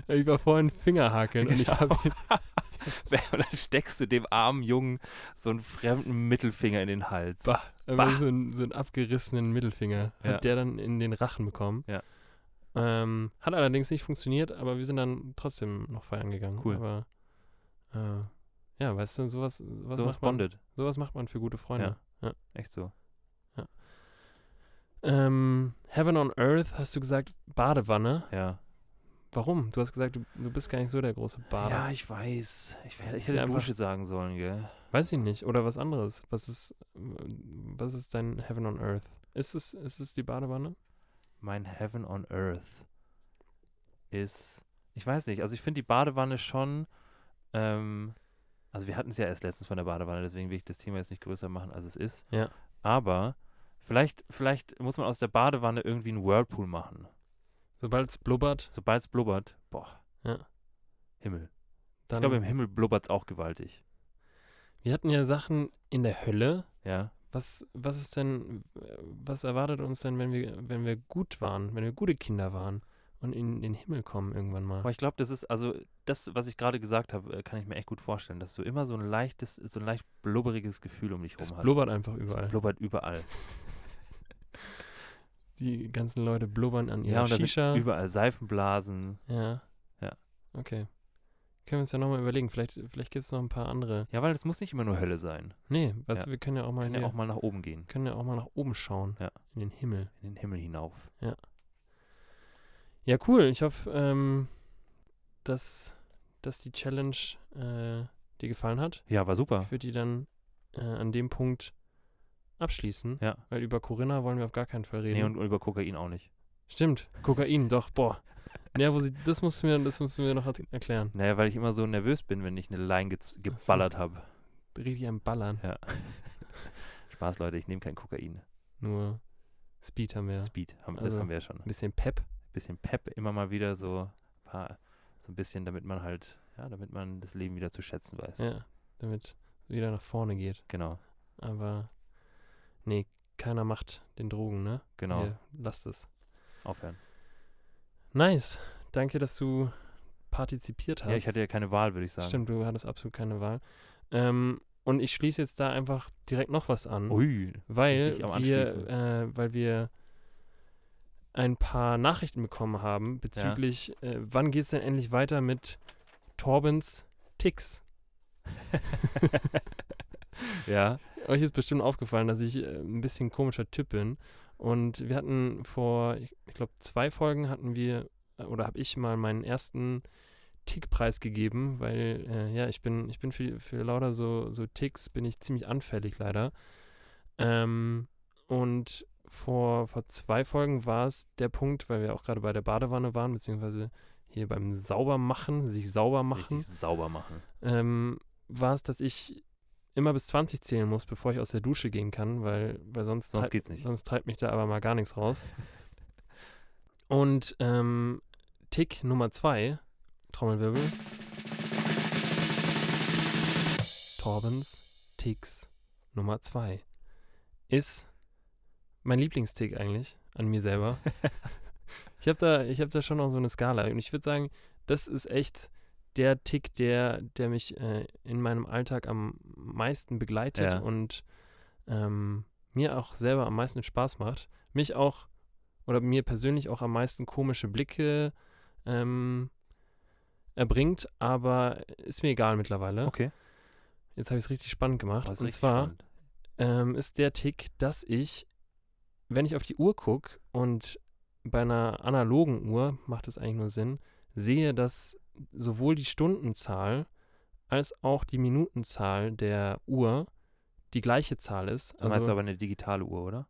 S3: Ich war vorhin Fingerhakeln und ich
S2: Genau.
S3: habe
S2: und dann steckst du dem armen Jungen so einen fremden Mittelfinger in den Hals.
S3: Bah.
S2: Bah.
S3: Äh, so, einen, so einen abgerissenen Mittelfinger. Hat
S2: Ja.
S3: der dann in den Rachen bekommen.
S2: Ja.
S3: Ähm, hat allerdings nicht funktioniert, aber wir sind dann trotzdem noch feiern gegangen.
S2: Cool.
S3: Aber äh, ja, weißt du, sowas, sowas,
S2: Sowas
S3: macht man,
S2: bondet.
S3: sowas macht man für gute Freunde. Ja.
S2: Echt so.
S3: Ähm, Heaven on Earth, hast du gesagt, Badewanne.
S2: Ja.
S3: Warum? Du hast gesagt, du, du bist gar nicht so der große Bader.
S2: Ja, ich weiß. Ich, wär, ich
S3: Ist
S2: hätte
S3: einfach-
S2: Dusche sagen sollen, gell?
S3: Weiß ich nicht. Oder was anderes. Was ist, ähm, was ist dein Heaven on Earth? Ist es, ist es die Badewanne?
S2: Mein Heaven on Earth ist. Ich weiß nicht. Also ich finde die Badewanne schon. Ähm, also wir hatten es ja erst letztens von der Badewanne, deswegen will ich das Thema jetzt nicht größer machen, als es ist.
S3: Ja.
S2: Aber vielleicht, vielleicht muss man aus der Badewanne irgendwie einen Whirlpool machen.
S3: Sobald es blubbert,
S2: Sobald es blubbert, boah.
S3: Ja.
S2: Himmel.
S3: dann.
S2: Ich glaube, im Himmel blubbert es auch gewaltig.
S3: wir hatten ja Sachen in der Hölle.
S2: Ja.
S3: Was, was ist denn, äh, was erwartet uns denn, wenn wir, wenn wir gut waren, wenn wir gute Kinder waren und in den Himmel kommen irgendwann mal?
S2: Aber ich glaube, das ist, also das, was ich gerade gesagt habe, äh, kann ich mir echt gut vorstellen, dass du immer so ein leichtes, so ein leicht blubberiges Gefühl um dich
S3: Es
S2: herum hast.
S3: blubbert einfach
S2: Es
S3: überall.
S2: blubbert überall.
S3: Die ganzen Leute blubbern an ihrer
S2: Ja, und da
S3: Shisha.
S2: sind überall Seifenblasen.
S3: ja.
S2: Ja.
S3: Okay. Können wir uns ja nochmal überlegen. Vielleicht, vielleicht gibt es noch ein paar andere.
S2: Ja, weil es muss nicht immer nur Hölle sein.
S3: Nee, weißt
S2: Ja.
S3: du, wir können ja auch mal,
S2: Kann ja
S3: hier-
S2: auch mal nach oben gehen,
S3: können ja auch mal nach oben schauen.
S2: Ja.
S3: In den Himmel.
S2: in den Himmel hinauf.
S3: Ja, cool. Ich hoffe, ähm, dass, dass die Challenge äh, dir gefallen hat.
S2: Ja, war super.
S3: Ich würde die dann äh, an dem Punkt abschließen,
S2: Ja.
S3: weil über Corinna wollen wir auf gar keinen Fall reden.
S2: Nee, und über Kokain auch nicht.
S3: Stimmt, Kokain, doch, boah. Nervosi das musst du mir, das musst du mir noch hat- erklären.
S2: Naja, weil ich immer so nervös bin, wenn ich eine Line ge geballert habe.
S3: Richtig am Ballern.
S2: Ja. Spaß, Leute, ich nehme kein Kokain.
S3: Nur Speed haben wir. Ein
S2: Speed, haben, das
S3: Also-
S2: haben wir ja schon. Ein
S3: bisschen Pep.
S2: bisschen Pep immer mal wieder, so ein paar, so ein bisschen, damit man halt, ja, damit man das Leben wieder zu schätzen weiß.
S3: Ja, damit wieder nach vorne geht.
S2: Genau,
S3: Aber nee, keiner macht den Drogen, ne?
S2: genau.
S3: Hier, lasst es.
S2: Aufhören.
S3: Nice. Danke, dass du partizipiert hast.
S2: Ja, ich hatte ja keine Wahl, würde ich sagen.
S3: Stimmt, du hattest absolut keine Wahl. Ähm, und ich schließe jetzt da einfach direkt noch was an,
S2: Ui,
S3: weil,
S2: richtig am Anschließen.
S3: wir, äh, weil wir ein paar Nachrichten bekommen haben bezüglich, äh, wann geht es denn endlich weiter mit Torbens Ticks.
S2: ja.
S3: Euch ist bestimmt aufgefallen, dass ich äh, ein bisschen komischer Typ bin. Und wir hatten vor, ich, ich glaube, zwei Folgen hatten wir, äh, oder habe ich mal meinen ersten Tick-Preis gegeben, weil, äh, ja, ich bin, ich bin für, für lauter so, so Ticks, bin ich ziemlich anfällig leider. Ähm, und vor, vor zwei Folgen war es der Punkt, weil wir auch gerade bei der Badewanne waren, beziehungsweise hier beim Saubermachen, sich sauber machen
S2: Richtig sauber machen.
S3: ähm, war es, dass ich immer bis 20 zählen muss, bevor ich aus der Dusche gehen kann, weil, weil sonst,
S2: Sonst
S3: treib-
S2: geht's nicht.
S3: sonst treibt mich da aber mal gar nichts raus. Und ähm, Tick Nummer 2, Trommelwirbel. Torbens Ticks Nummer 2 ist mein Lieblingstick eigentlich an mir selber. ich habe da, ich hab da schon noch so eine Skala und ich würde sagen, das ist echt der Tick, der, der mich äh, in meinem Alltag am meisten begleitet
S2: Ja.
S3: und ähm, mir auch selber am meisten Spaß macht. Mich auch oder mir persönlich auch am meisten komische Blicke ähm, erbringt, aber ist mir egal mittlerweile.
S2: Okay.
S3: Jetzt habe ich es richtig spannend gemacht.
S2: Das ist
S3: und
S2: richtig
S3: zwar
S2: spannend.
S3: ähm, ist der Tick, dass ich, wenn ich auf die Uhr gucke und bei einer analogen Uhr macht es eigentlich nur Sinn, sehe, dass sowohl die Stundenzahl als auch die Minutenzahl der Uhr die gleiche Zahl ist.
S2: Da meinst du
S3: Also
S2: aber eine digitale Uhr, oder?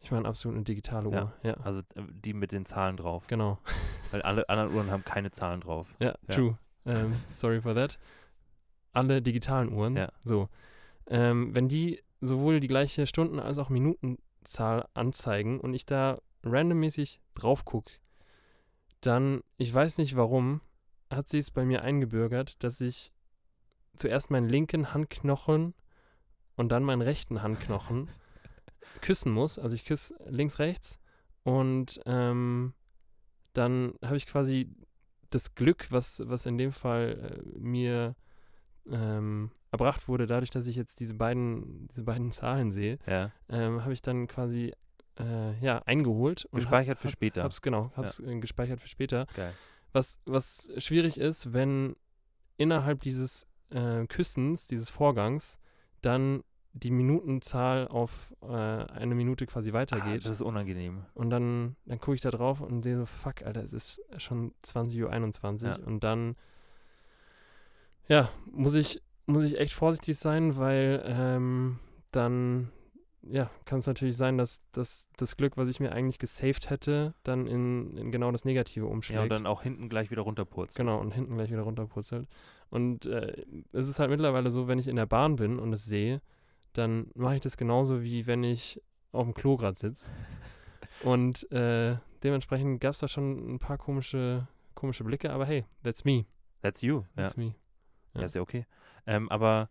S3: ich meine absolut eine digitale Uhr.
S2: Ja.
S3: Ja,
S2: Also äh, die mit den Zahlen drauf.
S3: genau.
S2: Weil alle anderen Uhren haben keine Zahlen drauf.
S3: Ja,
S2: Ja.
S3: true. Ähm, sorry for that. Alle digitalen Uhren.
S2: Ja.
S3: So. Ähm, wenn die sowohl die gleiche Stunden- als auch Minutenzahl anzeigen und ich da randommäßig drauf gucke, dann, ich weiß nicht warum, hat sich es bei mir eingebürgert, dass ich zuerst meinen linken Handknochen und dann meinen rechten Handknochen küssen muss. Also ich küsse links, rechts und ähm, dann habe ich quasi das Glück, was, was in dem Fall äh, mir ähm, erbracht wurde, dadurch, dass ich jetzt diese beiden, diese beiden Zahlen sehe,
S2: Ja.
S3: ähm, habe ich dann quasi äh, ja, eingeholt und hab-
S2: Gespeichert für
S3: hab-
S2: später.
S3: Hab's, genau, hab's äh, gespeichert für später.
S2: Geil.
S3: Was, was schwierig ist, wenn innerhalb dieses äh, Küssens, dieses Vorgangs, dann die Minutenzahl auf äh, eine Minute quasi
S2: Ah,
S3: weitergeht.
S2: das ist unangenehm.
S3: und dann, dann gucke ich da drauf und sehe so, fuck, Alter, es ist schon 20.21 Uhr.
S2: Ja.
S3: Und dann, ja, muss ich, muss ich echt vorsichtig sein, weil ähm, dann, ja, kann es natürlich sein, dass, dass das Glück, was ich mir eigentlich gesaved hätte, dann in, in genau das Negative umschlägt.
S2: Ja, und dann auch hinten gleich wieder runterpurzen.
S3: Genau, und hinten gleich wieder runterpurzelt. Und äh, es ist halt mittlerweile so, wenn ich in der Bahn bin und es sehe, dann mache ich das genauso, wie wenn ich auf dem Klo gerade sitze. und äh, dementsprechend gab es da schon ein paar komische, komische Blicke, aber hey, that's me.
S2: That's you. Ja,
S3: That's me.
S2: ja. ist ja okay. Ähm, aber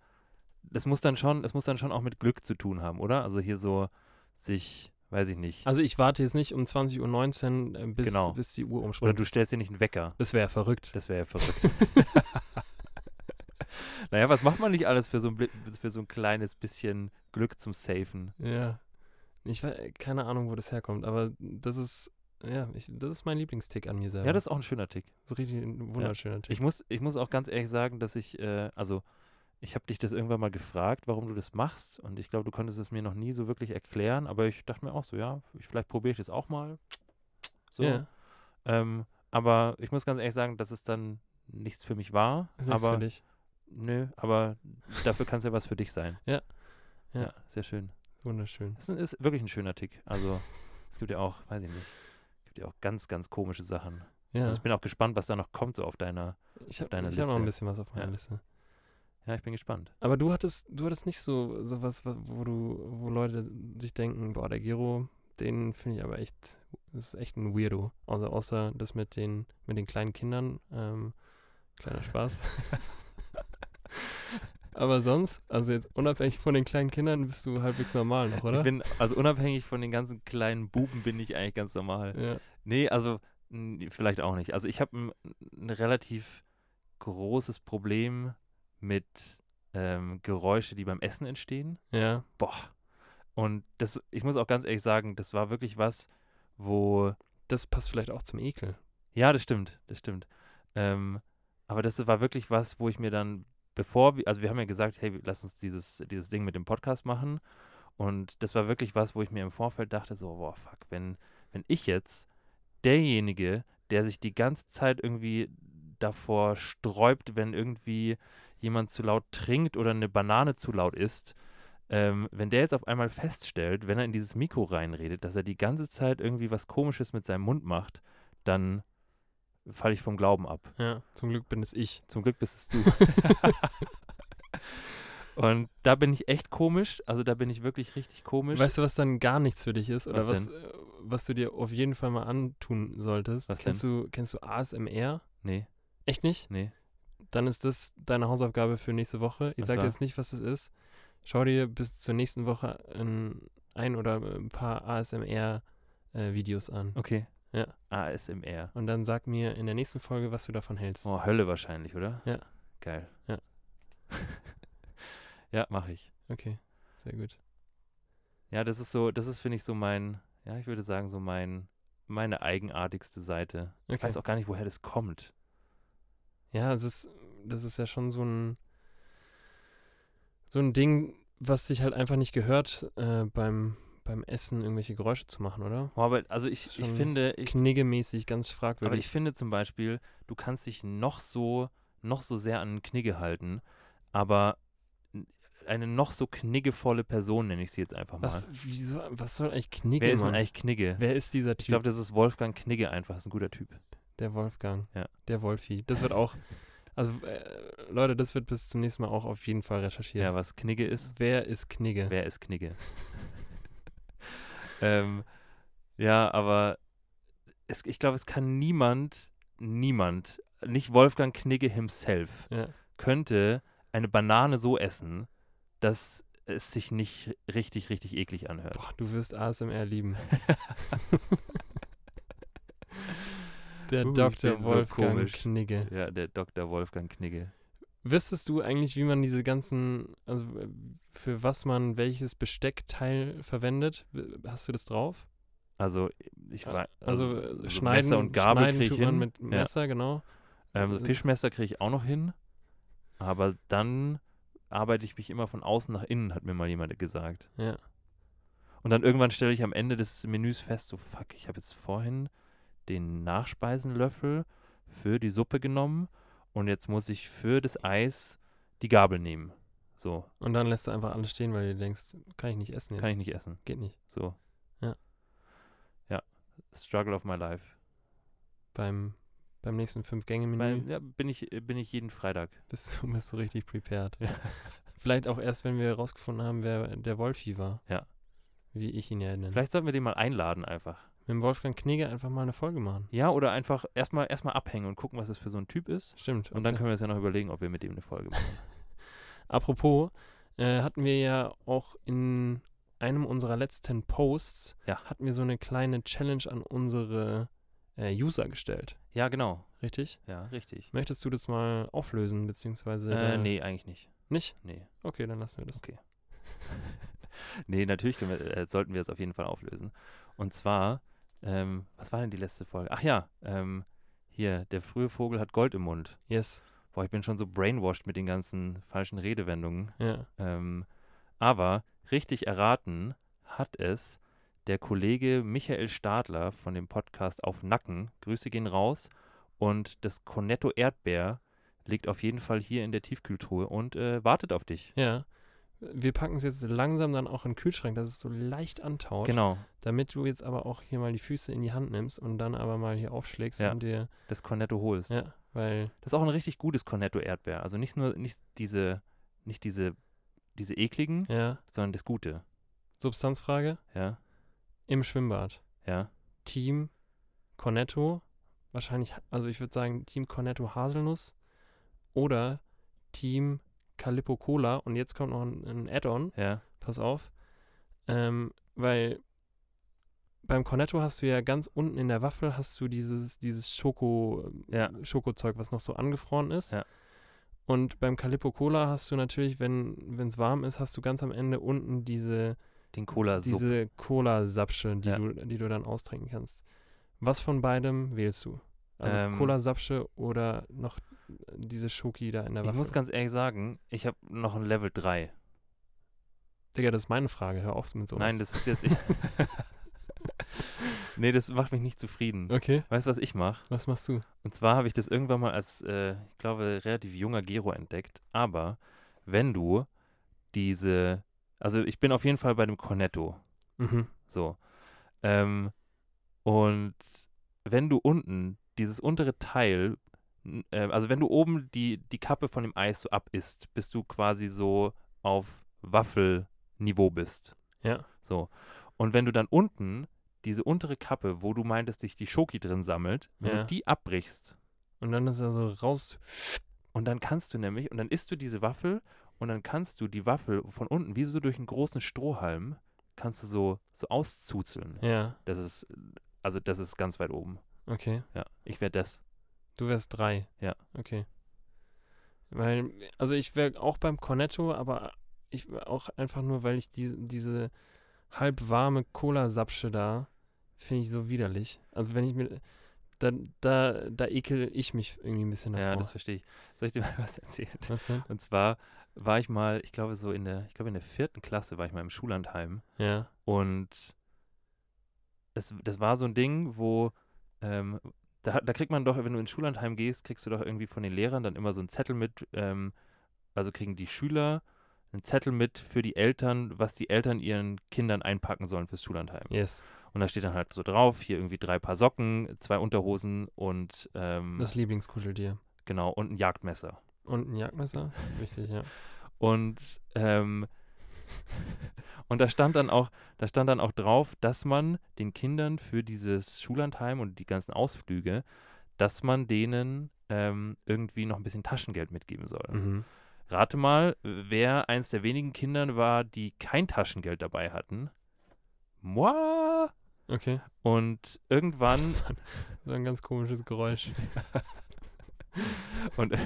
S2: das muss dann schon, es muss dann schon auch mit Glück zu tun haben, oder? Also hier so sich, weiß ich nicht.
S3: Also ich warte jetzt nicht um 20.19 Uhr äh, bis,
S2: Genau.
S3: bis die Uhr
S2: oder
S3: umspringt.
S2: du stellst dir nicht einen Wecker.
S3: das wäre verrückt.
S2: Das wäre ja verrückt. naja, was macht man nicht alles für so ein, Bli- für so ein kleines bisschen Glück zum Safen?
S3: Ja. Ich weiß, keine Ahnung, wo das herkommt, aber das ist, ja, ich, das ist mein Lieblingstick an mir selber.
S2: Ja, das ist auch ein schöner Tick.
S3: ist richtig ein wunderschöner Tick.
S2: Ich muss, ich muss auch ganz ehrlich sagen, dass ich, äh, also ich habe dich das irgendwann mal gefragt, warum du das machst. Und ich glaube, du konntest es mir noch nie so wirklich erklären. Aber ich dachte mir auch so, ja, ich, vielleicht probiere ich das auch mal. So.
S3: Ja.
S2: Ähm, aber ich muss ganz ehrlich sagen, dass es dann nichts für mich war.
S3: Ist nichts
S2: aber
S3: für dich.
S2: nö, aber dafür kann es ja was für dich sein.
S3: Ja. Ja.
S2: sehr schön.
S3: Wunderschön.
S2: Das ist, ein- ist wirklich ein schöner Tick. Also es gibt ja auch, weiß ich nicht, gibt ja auch ganz, ganz komische Sachen.
S3: Ja,
S2: Also ich bin auch gespannt, was da noch kommt, so auf deiner.
S3: ich habe
S2: deiner
S3: hab noch ein
S2: Liste.
S3: bisschen was auf meiner
S2: Ja.
S3: Liste.
S2: Ja, ich bin gespannt.
S3: Aber du hattest, du hattest nicht so, so was, wa- wo du, wo Leute sich denken, boah, der Gero, den finde ich aber echt, das ist echt ein Weirdo. Also außer das mit den, mit den kleinen Kindern, ähm, kleiner Spaß. aber sonst, also jetzt unabhängig von den kleinen Kindern, bist du halbwegs normal noch, oder?
S2: Ich bin, also unabhängig von den ganzen kleinen Buben bin ich eigentlich ganz normal.
S3: ja.
S2: Nee, also n- vielleicht auch nicht. Also ich habe ein, ein relativ großes Problem mit ähm, Geräusche, die beim Essen entstehen.
S3: ja,
S2: Boah. Und das, ich muss auch ganz ehrlich sagen, das war wirklich was, wo
S3: das passt vielleicht auch zum Ekel.
S2: Ja, das stimmt, das stimmt. Ähm, aber das war wirklich was, wo ich mir dann, bevor wir, also wir haben ja gesagt, hey, lass uns dieses, dieses Ding mit dem Podcast machen. Und das war wirklich was, wo ich mir im Vorfeld dachte, so, boah, fuck, wenn, wenn ich jetzt derjenige, der sich die ganze Zeit irgendwie davor sträubt, wenn irgendwie jemand zu laut trinkt oder eine Banane zu laut isst, ähm, wenn der jetzt auf einmal feststellt, wenn er in dieses Mikro reinredet, dass er die ganze Zeit irgendwie was Komisches mit seinem Mund macht, dann falle ich vom Glauben ab.
S3: Ja, zum Glück bin es ich.
S2: Zum Glück bist es du. Und da bin ich echt komisch, also da bin ich wirklich richtig komisch.
S3: Weißt du, was dann gar nichts für dich ist oder
S2: Was
S3: was, äh, was du dir auf jeden Fall mal antun solltest?
S2: Was
S3: kennst du kennst du ASMR?
S2: nee,
S3: Echt nicht?
S2: nee.
S3: Dann ist das deine Hausaufgabe für nächste Woche.
S2: Und
S3: Ich sage
S2: zwar?
S3: jetzt nicht, was das ist. Schau dir bis zur nächsten Woche ein, ein oder ein paar ASMR äh, Videos an
S2: Okay.
S3: Ja.
S2: ASMR.
S3: und dann sag mir in der nächsten Folge, was du davon hältst.
S2: Oh, Hölle wahrscheinlich, oder?
S3: Ja.
S2: Geil.
S3: Ja.
S2: ja, mache ich.
S3: Okay. Sehr gut.
S2: Ja, das ist so, das ist, finde ich, so mein, ja, ich würde sagen, so mein, meine eigenartigste Seite. Ich
S3: Okay.
S2: weiß auch gar nicht, woher das kommt.
S3: Ja, es ist das ist ja schon so ein so ein Ding, was sich halt einfach nicht gehört äh, beim beim Essen irgendwelche Geräusche zu machen, oder?
S2: Oh, aber also ich, ich
S3: Schon
S2: finde, ich,
S3: kniggemäßig ganz
S2: Aber
S3: fragwürdig.
S2: ich finde zum Beispiel, du kannst dich noch so, noch so sehr an den Knigge halten, aber n- eine noch so kniggevolle Person nenne ich sie jetzt einfach mal.
S3: was, wieso, was soll eigentlich Knigge?
S2: Wer ist denn
S3: Mann?
S2: eigentlich Knigge?
S3: Wer ist dieser
S2: Ich
S3: Typ?
S2: glaube, das ist Wolfgang Knigge einfach, ist ein guter Typ.
S3: der Wolfgang.
S2: Ja.
S3: Der Wolfi. Das wird auch. Also, äh, Leute, das wird bis zum nächsten Mal auch auf jeden Fall recherchiert.
S2: Ja, was Knigge ist,
S3: Wer ist Knigge?
S2: wer ist Knigge? ähm, ja, aber es, ich glaube, es kann niemand, niemand, nicht Wolfgang Knigge himself,
S3: Ja.
S2: könnte eine Banane so essen, dass es sich nicht richtig, richtig eklig anhört.
S3: Boah, du wirst ASMR lieben. Der
S2: Uh, ich
S3: Dr.
S2: bin so
S3: Wolfgang
S2: komisch.
S3: Knigge.
S2: Ja, der Dr. Wolfgang Knigge.
S3: Wüsstest du eigentlich, wie man diese ganzen, also äh, für was man welches Besteckteil verwendet? W- Hast du das drauf?
S2: Also, ich
S3: Ja,
S2: war.
S3: Also,
S2: so- so
S3: äh, schneiden,
S2: Messer und Gabel
S3: schneiden
S2: kriege ich
S3: tut man
S2: hin.
S3: mit Messer, genau.
S2: ja. ähm, so
S3: also-
S2: Fischmesser kriege ich auch noch hin. Aber dann arbeite ich mich immer von außen nach innen, hat mir mal jemand gesagt.
S3: Ja.
S2: Und dann irgendwann stelle ich am Ende des Menüs fest, so fuck, ich habe jetzt vorhin den Nachspeisenlöffel für die Suppe genommen und jetzt muss ich für das Eis die Gabel nehmen. So,
S3: Und dann lässt du einfach alles stehen, weil du denkst, kann ich nicht essen jetzt.
S2: kann ich nicht essen.
S3: Geht nicht.
S2: So.
S3: Ja.
S2: Ja. Struggle of my life.
S3: Beim, beim nächsten Fünf-Gänge-Menü
S2: Weil, ja, bin ich, bin ich jeden Freitag.
S3: bist du, bist du richtig prepared.
S2: Ja.
S3: Vielleicht auch erst, wenn wir herausgefunden haben, wer der Wolfi war.
S2: Ja.
S3: Wie ich ihn ja nenne.
S2: Vielleicht sollten wir den mal einladen einfach.
S3: Mit dem Wolfgang Knigge einfach mal eine Folge machen.
S2: Ja, oder einfach erstmal erstmal abhängen und gucken, was das für so ein Typ ist.
S3: Stimmt.
S2: Und
S3: ob
S2: dann
S3: der-
S2: können wir uns ja noch überlegen, ob wir mit ihm eine Folge machen.
S3: Apropos, äh, hatten wir ja auch in einem unserer letzten Posts,
S2: Ja.
S3: hatten wir so eine kleine Challenge an unsere äh, User gestellt,
S2: ja, genau.
S3: richtig?
S2: Ja, richtig.
S3: Möchtest du das mal auflösen, beziehungsweise?
S2: Äh,
S3: da-
S2: nee, eigentlich nicht.
S3: Nicht?
S2: Nee.
S3: Okay, dann lassen wir das.
S2: Nee, natürlich können wir, äh, sollten wir es auf jeden Fall auflösen. Und zwar, ähm, was war denn die letzte Folge? Ach ja, ähm, hier, der frühe Vogel hat Gold im Mund.
S3: Yes.
S2: Boah, ich bin schon so brainwashed mit den ganzen falschen Redewendungen.
S3: Ja.
S2: Ähm, aber richtig erraten hat es der Kollege Michael Stadler von dem Podcast Auf Nacken. Grüße gehen raus. Und das Cornetto Erdbeer liegt auf jeden Fall hier in der Tiefkühltruhe und äh, wartet auf dich.
S3: Ja. Wir packen es jetzt langsam dann auch in den Kühlschrank, dass es so leicht antaut,
S2: Genau.
S3: damit du jetzt aber auch hier mal die Füße in die Hand nimmst und dann aber mal hier aufschlägst
S2: Ja.
S3: und dir,
S2: Das Cornetto holst.
S3: ja, weil
S2: Das ist auch ein richtig gutes Cornetto Erdbeer. Also nicht nur nicht diese, nicht diese, diese ekligen,
S3: ja,
S2: sondern das Gute.
S3: Substanzfrage
S2: Ja,
S3: im Schwimmbad.
S2: ja.
S3: Team Cornetto, wahrscheinlich, also ich würde sagen Team Cornetto Haselnuss oder Team Calippo Cola. Und jetzt kommt noch ein, ein Add-on,
S2: Ja,
S3: pass auf, ähm, weil beim Cornetto hast du ja ganz unten in der Waffel hast du dieses, dieses Schoko,
S2: Ja.
S3: Schokozeug, was noch so angefroren ist.
S2: Ja.
S3: Und beim Calippo Cola hast du natürlich, wenn es warm ist, hast du ganz am Ende unten diese
S2: den Cola so.
S3: diese Cola-Sapsche, die,
S2: Ja.
S3: du, die du dann austrinken kannst. Was von beidem wählst du? Also
S2: Ähm,
S3: Cola-Sapsche oder noch diese Schoki da in der
S2: Ich
S3: Waffe?
S2: muss ganz ehrlich sagen, ich habe noch ein Level 3.
S3: Digga, das ist meine Frage. Hör auf mit sowas.
S2: Nein, das ist jetzt. Ich nee, das macht mich nicht zufrieden.
S3: Okay,
S2: Weißt du, was ich mache?
S3: was machst du?
S2: Und zwar habe ich das irgendwann mal als, äh, ich glaube, relativ junger Gero entdeckt. Aber wenn du diese. Also, ich bin auf jeden Fall bei dem Cornetto.
S3: Mhm.
S2: So. Ähm, und wenn du unten dieses untere Teil, n- äh, also wenn du oben die, die Kappe von dem Eis so ab isst, bist du quasi so auf Waffelniveau bist.
S3: Ja.
S2: So. Und wenn du dann unten diese untere Kappe, wo du meintest, sich die Schoki drin sammelt, wenn
S3: Ja.
S2: du die abbrichst,
S3: Und dann ist er so raus.
S2: und dann kannst du nämlich, und dann isst du diese Waffel und dann kannst du die Waffel von unten, wie so durch einen großen Strohhalm, kannst du so, so auszuzeln.
S3: Ja,
S2: Das ist, also das ist ganz weit oben.
S3: okay.
S2: Ja, ich werde das.
S3: Du wärst drei.
S2: Ja.
S3: Okay. Weil, also ich wäre auch beim Cornetto, aber ich wär auch einfach nur, weil ich die, diese halb warme Cola-Sapsche da finde ich so widerlich. Also wenn ich mir, da, da, da ekel ich mich irgendwie ein bisschen davor.
S2: Ja, das verstehe ich. Soll ich dir mal was erzählen?
S3: weißt du?
S2: Und zwar war ich mal, ich glaube so in der, ich glaube in der vierten Klasse war ich mal im Schullandheim
S3: Ja.
S2: und es, das war so ein Ding, wo ähm, da, hat- da kriegt man doch, wenn du ins Schullandheim gehst, kriegst du doch irgendwie von den Lehrern dann immer so einen Zettel mit, ähm, also kriegen die Schüler einen Zettel mit für die Eltern, was die Eltern ihren Kindern einpacken sollen fürs Schullandheim.
S3: Yes.
S2: Und da steht dann halt so drauf, hier irgendwie drei Paar Socken, zwei Unterhosen und ähm,
S3: Das Lieblingskuscheltier.
S2: genau, und ein Jagdmesser.
S3: Und ein Jagdmesser. Richtig, ja.
S2: Und, ähm, und da stand dann auch, da stand dann auch drauf, dass man den Kindern für dieses Schullandheim und die ganzen Ausflüge, dass man denen ähm, irgendwie noch ein bisschen Taschengeld mitgeben soll.
S3: Mhm.
S2: Rate mal, wer eins der wenigen Kindern war, die kein Taschengeld dabei hatten. Moi!
S3: Okay.
S2: Und irgendwann
S3: So ein ganz komisches Geräusch.
S2: Und,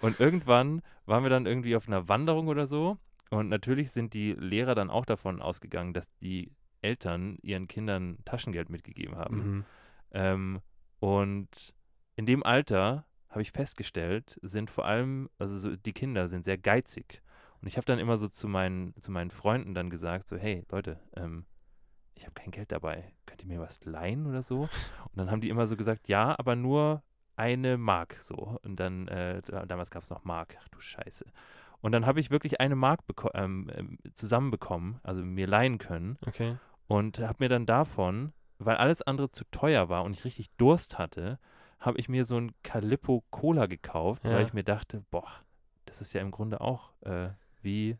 S2: und irgendwann waren wir dann irgendwie auf einer Wanderung oder so. Und natürlich sind die Lehrer dann auch davon ausgegangen, dass die Eltern ihren Kindern Taschengeld mitgegeben haben.
S3: Mhm.
S2: Ähm, und in dem Alter habe ich festgestellt, sind vor allem, also so, die Kinder sind sehr geizig. Und ich habe dann immer so zu meinen, zu meinen Freunden dann gesagt, so, hey Leute, ähm, ich habe kein Geld dabei, könnt ihr mir was leihen oder so? Und dann haben die immer so gesagt, ja, aber nur eine Mark so. Und dann, äh, da, damals gab es noch Mark, ach du Scheiße. Und dann habe ich wirklich eine Mark beko- ähm, ähm, zusammenbekommen, also mir leihen können
S3: Okay.
S2: und habe mir dann davon, weil alles andere zu teuer war und ich richtig Durst hatte, habe ich mir so ein Calippo Cola gekauft,
S3: Ja.
S2: weil ich mir dachte, boah, das ist ja im Grunde auch äh, wie,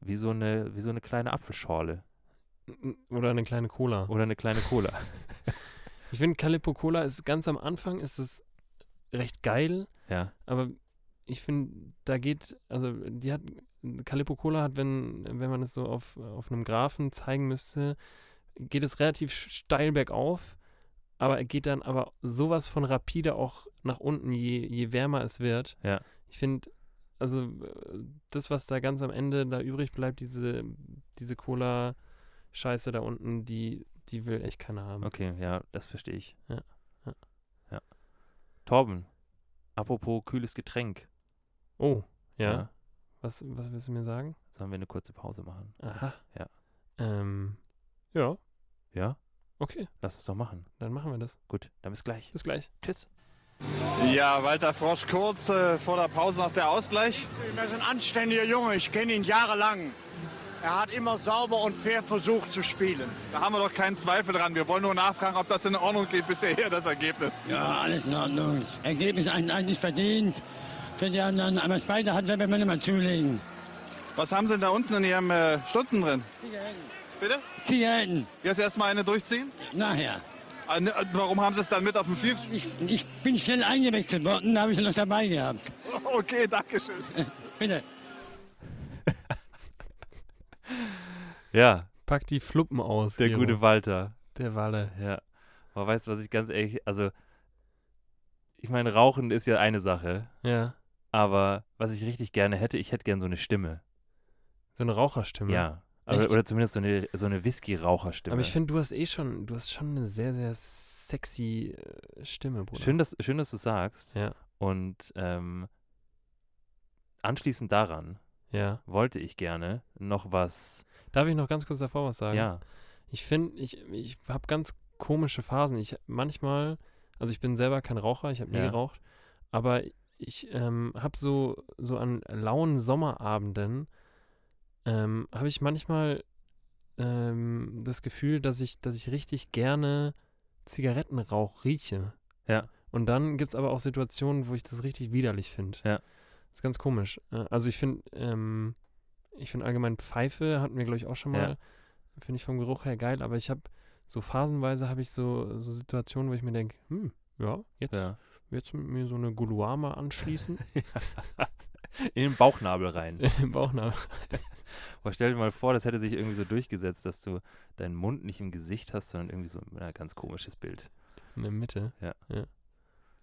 S2: wie, so eine, wie so eine kleine Apfelschorle
S3: Oder eine kleine Cola.
S2: oder eine kleine Cola.
S3: Ich finde, Calippo Cola ist ganz am Anfang ist es recht geil,
S2: ja,
S3: aber ich finde, da geht, also die hat, Calippo Cola hat, wenn, wenn man es so auf, auf einem Graphen zeigen müsste, geht es relativ steil bergauf, aber er geht dann aber sowas von rapide auch nach unten, je, je wärmer es wird.
S2: Ja.
S3: Ich finde, also äh, das, was da ganz am Ende da übrig bleibt, diese, diese Cola-Scheiße da unten, die, die will echt keiner haben.
S2: okay, ja, das verstehe ich.
S3: Ja, ja.
S2: ja. Torben, apropos kühles Getränk.
S3: Oh, ja. Was, was willst du mir sagen?
S2: Sollen wir eine kurze Pause machen?
S3: Aha.
S2: Ja.
S3: Ähm, ja,
S2: Ja,
S3: okay,
S2: lass es doch machen.
S3: dann machen wir das.
S2: Gut, dann bis gleich.
S3: Bis gleich.
S2: Tschüss.
S4: Ja, Walter Frosch kurz äh, vor der Pause noch der Ausgleich.
S5: Er ist ein anständiger Junge, ich kenne ihn jahrelang. Er hat immer sauber und fair versucht zu spielen.
S4: Da haben wir doch keinen Zweifel dran. Wir wollen nur nachfragen, ob das in Ordnung geht bisher hier, das Ergebnis.
S6: Ja, alles in Ordnung. Ergebnis einen eigentlich verdient. Für die anderen. Aber Spider hat, wenn man mal zulegen.
S4: Was haben Sie denn da unten in Ihrem äh, Stutzen drin?
S6: Zigaretten.
S4: Bitte?
S6: Zigaretten.
S4: Jetzt erstmal eine durchziehen?
S6: Nachher.
S4: Ah, ne, äh, Warum haben Sie es dann mit auf dem Fief?
S6: Ich, ich bin schnell eingewechselt worden, da habe ich sie noch dabei gehabt.
S4: Okay, Dankeschön.
S6: Bitte.
S2: Ja,
S3: Pack die Fluppen aus.
S2: der
S3: Gero.
S2: gute Walter.
S3: Der Walle.
S2: Ja. Aber weißt du, was ich ganz ehrlich, also ich meine, Rauchen ist ja eine Sache,
S3: Ja.
S2: aber was ich richtig gerne hätte, ich hätte gerne so eine Stimme.
S3: So eine Raucherstimme.
S2: Ja. Oder,
S3: Mhm. Echt?
S2: oder zumindest so eine, so eine Whisky-Raucherstimme.
S3: Aber ich finde, du hast eh schon, du hast schon eine sehr, sehr sexy äh, Stimme, Bruder.
S2: schön, dass, schön, dass du sagst.
S3: Ja.
S2: Und ähm, anschließend daran
S3: Ja.
S2: wollte ich gerne noch was.
S3: Darf ich noch ganz kurz davor was sagen?
S2: Ja.
S3: Ich finde, ich, ich habe ganz komische Phasen. Ich manchmal, also ich bin selber kein Raucher, ich habe nie
S2: Ja.
S3: geraucht, aber ich ähm, habe so, so an lauen Sommerabenden, ähm, habe ich manchmal ähm, das Gefühl, dass ich, dass ich richtig gerne Zigarettenrauch rieche.
S2: Ja.
S3: Und dann gibt es aber auch Situationen, wo ich das richtig widerlich finde.
S2: Ja.
S3: Das ist ganz komisch. Äh, Also ich finde, ähm, ich finde allgemein Pfeife hatten wir, glaube ich, auch schon mal. Finde ich vom Geruch her geil, aber ich habe so phasenweise habe ich so, so Situationen, wo ich mir denke, hm, ja, jetzt,
S2: ja.
S3: jetzt mit mir so eine Guluama anschließen.
S2: In den Bauchnabel rein.
S3: In den Bauchnabel.
S2: Aber stell dir mal vor, das hätte sich irgendwie so durchgesetzt, dass du deinen Mund nicht im Gesicht hast, sondern irgendwie so ein ganz komisches Bild.
S3: In der Mitte.
S2: Ja.
S3: Ja,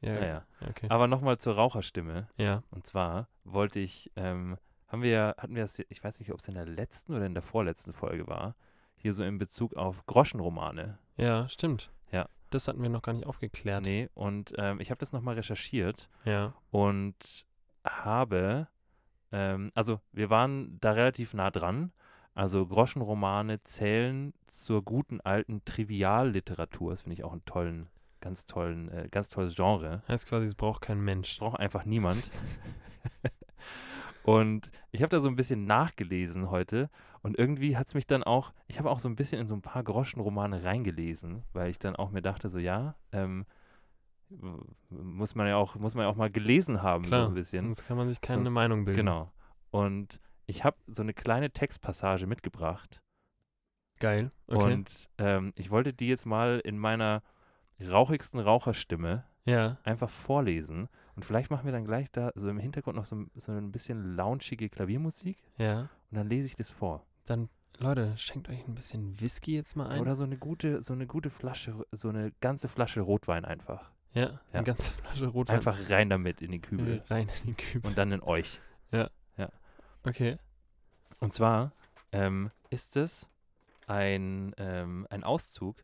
S3: ja
S2: Naja.
S3: okay.
S2: Aber nochmal zur Raucherstimme.
S3: ja.
S2: Und zwar wollte ich, ähm, haben wir, ja- hatten wir das, ich weiß nicht, ob es in der letzten oder in der vorletzten Folge war, hier so in Bezug auf Groschenromane.
S3: ja, stimmt.
S2: Ja.
S3: Das hatten wir noch gar nicht aufgeklärt.
S2: Nee, und ähm, ich habe das nochmal recherchiert
S3: Ja,
S2: und habe, ähm, also wir waren da relativ nah dran. Also Groschenromane zählen zur guten alten Trivialliteratur. Das finde ich auch einen tollen, ganz tollen, äh, ganz tolles Genre.
S3: heißt quasi, es braucht kein Mensch.
S2: braucht einfach niemand. und ich habe da so ein bisschen nachgelesen heute und irgendwie hat es mich dann auch, ich habe auch so ein bisschen in so ein paar Groschenromane reingelesen, weil ich dann auch mir dachte, so ja, ähm, w- muss man ja auch, muss man ja auch mal gelesen haben,
S3: Klar,
S2: so ein bisschen.
S3: sonst kann man sich keine
S2: Sonst-
S3: Meinung bilden.
S2: Genau. Und ich habe so eine kleine Textpassage mitgebracht
S3: Geil. Okay.
S2: und ähm, ich wollte die jetzt mal in meiner rauchigsten Raucherstimme
S3: ja,
S2: einfach vorlesen. Und vielleicht machen wir dann gleich da so im Hintergrund noch so, ein- so ein bisschen loungige Klaviermusik
S3: ja.
S2: und dann lese ich das vor.
S3: Dann, Leute, schenkt euch ein bisschen Whisky jetzt mal ein.
S2: Oder so eine gute, so eine gute Flasche, so eine ganze Flasche Rotwein einfach.
S3: Ja,
S2: Ja.
S3: eine ganze Flasche Rotwein.
S2: Einfach rein damit in den
S3: äh,
S2: Kübel
S3: rein in den Kübel.
S2: und dann in euch.
S3: Okay.
S2: Und zwar ähm, ist es ein, ähm, ein Auszug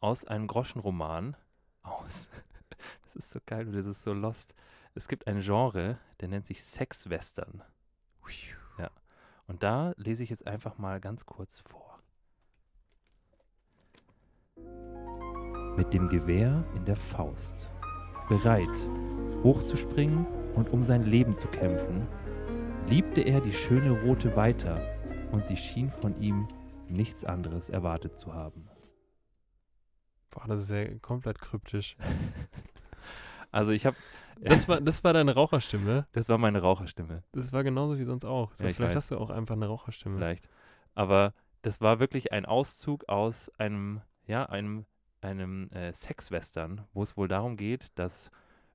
S2: aus einem Groschenroman aus. das ist so geil und das ist so lost. Es gibt ein Genre, der nennt sich Sexwestern. Ja. Und da lese ich jetzt einfach mal ganz kurz vor. Mit dem Gewehr in der Faust, bereit, hochzuspringen und um sein Leben zu kämpfen, liebte er die schöne Rote weiter und sie schien von ihm nichts anderes erwartet zu haben.
S3: Boah, das ist ja komplett kryptisch.
S2: Also ich habe,
S3: Das war, das war deine Raucherstimme.
S2: das war meine Raucherstimme.
S3: Das war genauso wie sonst auch.
S2: Ja, ich
S3: Vielleicht
S2: weiß.
S3: hast du auch einfach eine Raucherstimme.
S2: vielleicht. Aber das war wirklich ein Auszug aus einem, ja, einem, einem äh, Sexwestern, wo es wohl darum geht, dass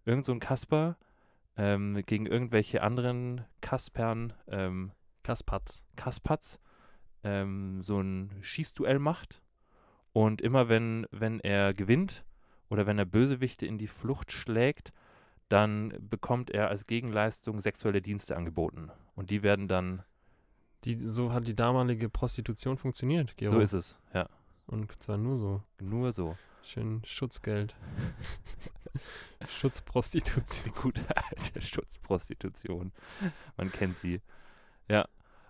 S2: irgend so ein Kasper ähm, gegen irgendwelche anderen Kaspern, ähm,
S3: Kaspatz.
S2: Kaspatz, ähm, so ein Schießduell macht. Und immer wenn, wenn er gewinnt oder wenn er Bösewichte in die Flucht schlägt, dann bekommt er als Gegenleistung sexuelle Dienste angeboten. Und die werden dann,
S3: Die, so hat die damalige Prostitution funktioniert, Gero.
S2: so ist es, ja.
S3: Und zwar nur so.
S2: Nur so.
S3: Schön Schutzgeld. Schutzprostitution.
S2: Die gute alte Schutzprostitution. Man kennt sie. Ja.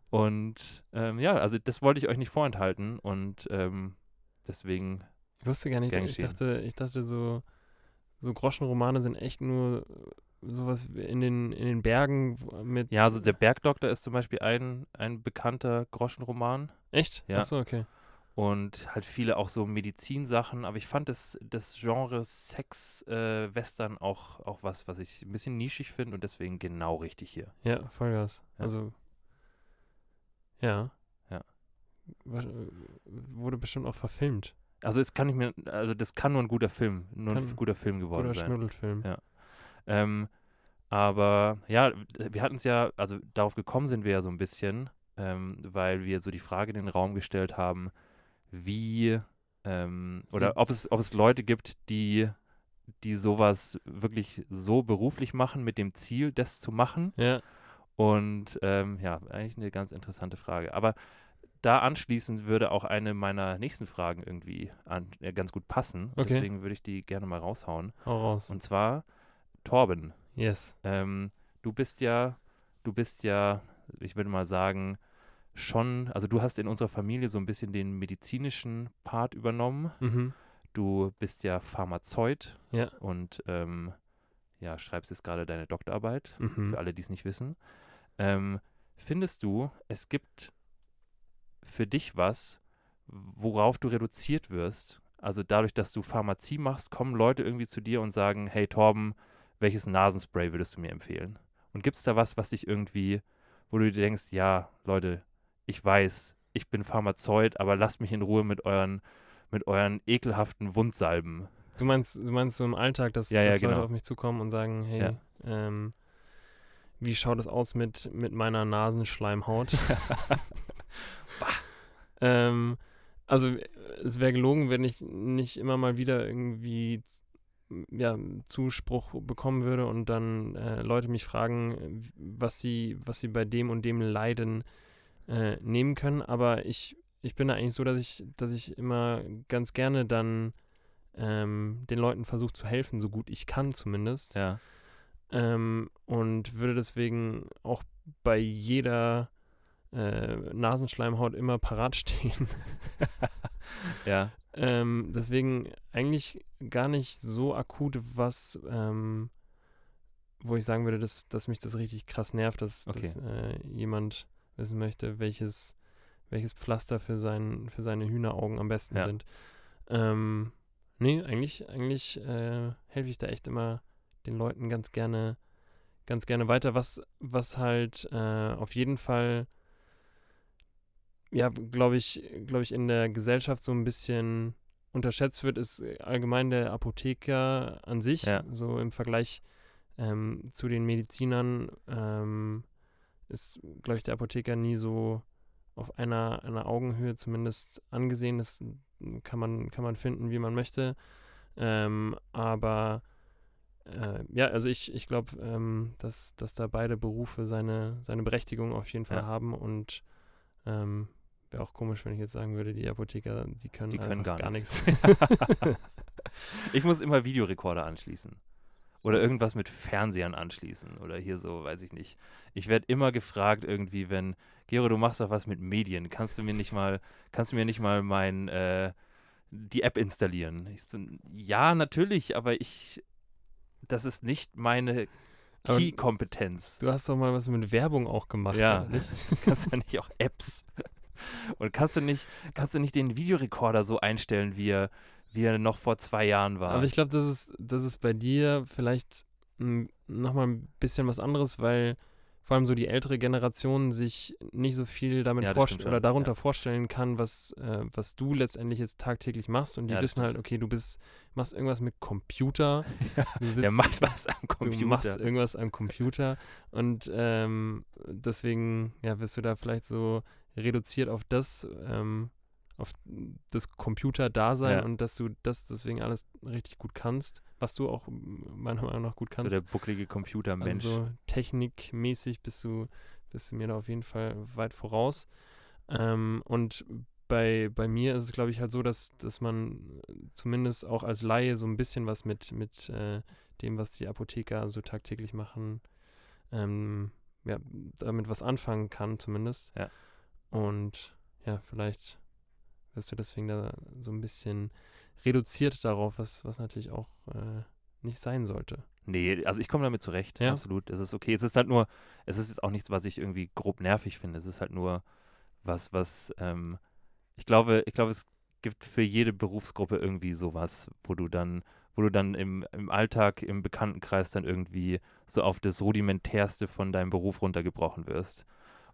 S2: Und ähm, ja, also das wollte ich euch nicht vorenthalten und ähm, deswegen,
S3: Ich wusste gar nicht,
S2: Gern
S3: ich
S2: geschehen.
S3: dachte, ich dachte so, so Groschenromane sind echt nur sowas wie in den, in den Bergen wo- mit.
S2: ja, also der Bergdoktor ist zum Beispiel ein, ein bekannter Groschenroman
S3: Echt?
S2: Ja.
S3: Achso, okay.
S2: und halt viele auch so Medizinsachen, aber ich fand das, das Genre Sex-Western auch, auch was, was ich ein bisschen nischig finde und deswegen genau richtig hier.
S3: Ja, Vollgas.
S2: Ja.
S3: Also. Ja.
S2: Ja.
S3: Wa- Wurde bestimmt auch verfilmt.
S2: Also es kann ich mir, also das kann nur ein guter Film, nur
S3: Kann-
S2: ein guter Film geworden
S3: Oder
S2: sein.
S3: Schnuddelfilm.
S2: Ja. Ähm, aber ja, wir hatten es ja, also darauf gekommen sind wir ja so ein bisschen, ähm, weil wir so die Frage in den Raum gestellt haben, wie ähm, oder ob es, ob es Leute gibt, die, die sowas wirklich so beruflich machen mit dem Ziel, das zu machen.
S3: Ja,
S2: Und ähm, ja, eigentlich eine ganz interessante Frage. Aber da anschließend würde auch eine meiner nächsten Fragen irgendwie an, äh, ganz gut passen.
S3: Okay.
S2: Deswegen würde ich die gerne mal raushauen.
S3: hau raus.
S2: Und zwar, Torben,
S3: yes.
S2: ähm, du bist ja, du bist ja, ich würde mal sagen, schon, also du hast in unserer Familie so ein bisschen den medizinischen Part übernommen.
S3: Mhm.
S2: Du bist ja Pharmazeut
S3: Ja.
S2: und ähm, ja, schreibst jetzt gerade deine Doktorarbeit,
S3: Mhm.
S2: für alle, die es nicht wissen. Ähm, findest du, es gibt für dich was, worauf du reduziert wirst? Also dadurch, dass du Pharmazie machst, kommen Leute irgendwie zu dir und sagen, hey Torben, welches Nasenspray würdest du mir empfehlen? Und gibt es da was, was dich irgendwie, wo du dir denkst, ja, Leute, ich weiß, ich bin Pharmazeut, aber lasst mich in Ruhe mit euren, mit euren ekelhaften Wundsalben.
S3: Du meinst, du meinst so im Alltag, dass,
S2: Ja, ja,
S3: dass Leute
S2: genau.
S3: auf mich zukommen und sagen, hey,
S2: Ja.
S3: ähm, wie schaut es aus mit, mit meiner Nasenschleimhaut? ähm, also äh, es wäre gelogen, wenn ich nicht immer mal wieder irgendwie m, ja, Zuspruch bekommen würde und dann äh, Leute mich fragen, äh, w- was sie, was sie bei dem und dem Leiden äh, nehmen können. Aber ich, ich bin da eigentlich so, dass ich, dass ich immer ganz gerne dann ähm, den Leuten versuche zu helfen, so gut ich kann zumindest.
S2: Ja.
S3: Ähm, und würde deswegen auch bei jeder äh, Nasenschleimhaut immer parat stehen.
S2: Ja.
S3: ähm, deswegen eigentlich gar nicht so akut, was, ähm, wo ich sagen würde, dass, dass mich das richtig krass nervt, dass,
S2: Okay.
S3: dass äh, jemand wissen möchte, welches, welches Pflaster für, sein, für seine Hühneraugen am besten
S2: Ja.
S3: sind. Ähm, nee, eigentlich, eigentlich äh, helfe ich da echt immer den Leuten ganz gerne, ganz gerne weiter, was, was halt äh, auf jeden Fall, ja, glaube ich, glaube ich, in der Gesellschaft so ein bisschen unterschätzt wird, ist äh, allgemein der Apotheker an sich,
S2: Ja.
S3: so im Vergleich ähm, zu den Medizinern, ähm, ist, glaube ich, der Apotheker nie so auf einer, einer Augenhöhe zumindest angesehen. Das m, kann man, kann man finden, wie man möchte. Ähm, aber äh, ja, also ich, ich glaube, ähm, dass, dass da beide Berufe seine, seine Berechtigung auf jeden Fall
S2: Ja.
S3: haben und ähm, wäre auch komisch, wenn ich jetzt sagen würde, die Apotheker, die können,
S2: Die können gar
S3: einfach gar nichts.
S2: nichts. ich muss immer Videorekorder anschließen. Oder irgendwas mit Fernsehern anschließen. Oder hier so, weiß ich nicht. Ich werde immer gefragt, irgendwie, wenn, Gero, du machst doch was mit Medien. Kannst du mir nicht mal, kannst du mir nicht mal mein, äh, die App installieren? Ich so, ja, natürlich, aber ich, das ist nicht meine
S3: Aber-
S2: Key-Kompetenz.
S3: Du hast doch mal was mit Werbung auch gemacht.
S2: Ja.
S3: oder nicht?
S2: kannst du nicht auch Apps? Und kannst du nicht, kannst du nicht den Videorekorder so einstellen, wie er, wie er noch vor zwei Jahren war?
S3: Aber ich glaube, das ist, das ist bei dir vielleicht nochmal ein bisschen was anderes, weil vor allem so die ältere Generation sich nicht so viel damit
S2: Ja, das
S3: vorst-
S2: stimmt schon,
S3: oder darunter
S2: ja.
S3: vorstellen kann, was, äh, was du letztendlich jetzt tagtäglich machst. Und die
S2: Ja, das
S3: wissen halt, okay, du bist, machst irgendwas mit Computer. Du sitzt,
S2: Der macht was am Computer.
S3: Du machst irgendwas am Computer und ähm, deswegen ja, wirst du da vielleicht so reduziert auf das, ähm, auf das Computer-Dasein
S2: Ja.
S3: und dass du das deswegen alles richtig gut kannst, was du auch m- meiner Meinung nach gut
S2: so
S3: kannst.
S2: der bucklige Computermensch.
S3: also technikmäßig bist du, bist du mir da auf jeden Fall weit voraus. Ähm, und bei, bei mir ist es, glaube ich, halt so, dass, dass man zumindest auch als Laie so ein bisschen was mit, mit äh, dem, was die Apotheker so tagtäglich machen, ähm, ja, damit was anfangen kann zumindest.
S2: Ja.
S3: Und ja, vielleicht wirst du deswegen da so ein bisschen reduziert darauf, was, was natürlich auch äh, nicht sein sollte.
S2: Nee, also ich komme damit zurecht,
S3: Ja.
S2: absolut. Es ist okay. Es ist halt nur, es ist jetzt auch nichts, was ich irgendwie grob nervig finde. Es ist halt nur was, was, ähm, ich glaube, ich glaube, es gibt für jede Berufsgruppe irgendwie sowas, wo du dann, wo du dann im, im Alltag, im Bekanntenkreis dann irgendwie so auf das Rudimentärste von deinem Beruf runtergebrochen wirst.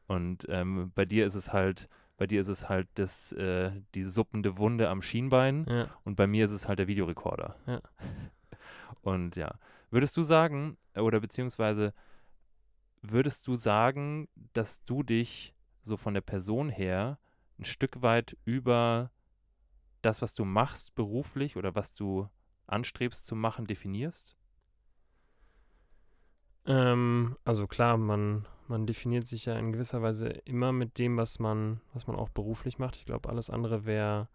S2: Und ähm, bei dir ist es halt, bei dir ist es halt das, äh, die suppende Wunde am Schienbein.
S3: Ja.
S2: Und bei mir ist es halt der Videorekorder.
S3: Ja.
S2: Und ja, würdest du sagen, äh, oder beziehungsweise würdest du sagen, dass du dich so von der Person her ein Stück weit über das, was du machst beruflich oder was du anstrebst zu machen, definierst?
S3: Ähm, also klar, man, man definiert sich ja in gewisser Weise immer mit dem, was man, was man auch beruflich macht. Ich glaube, alles andere wäre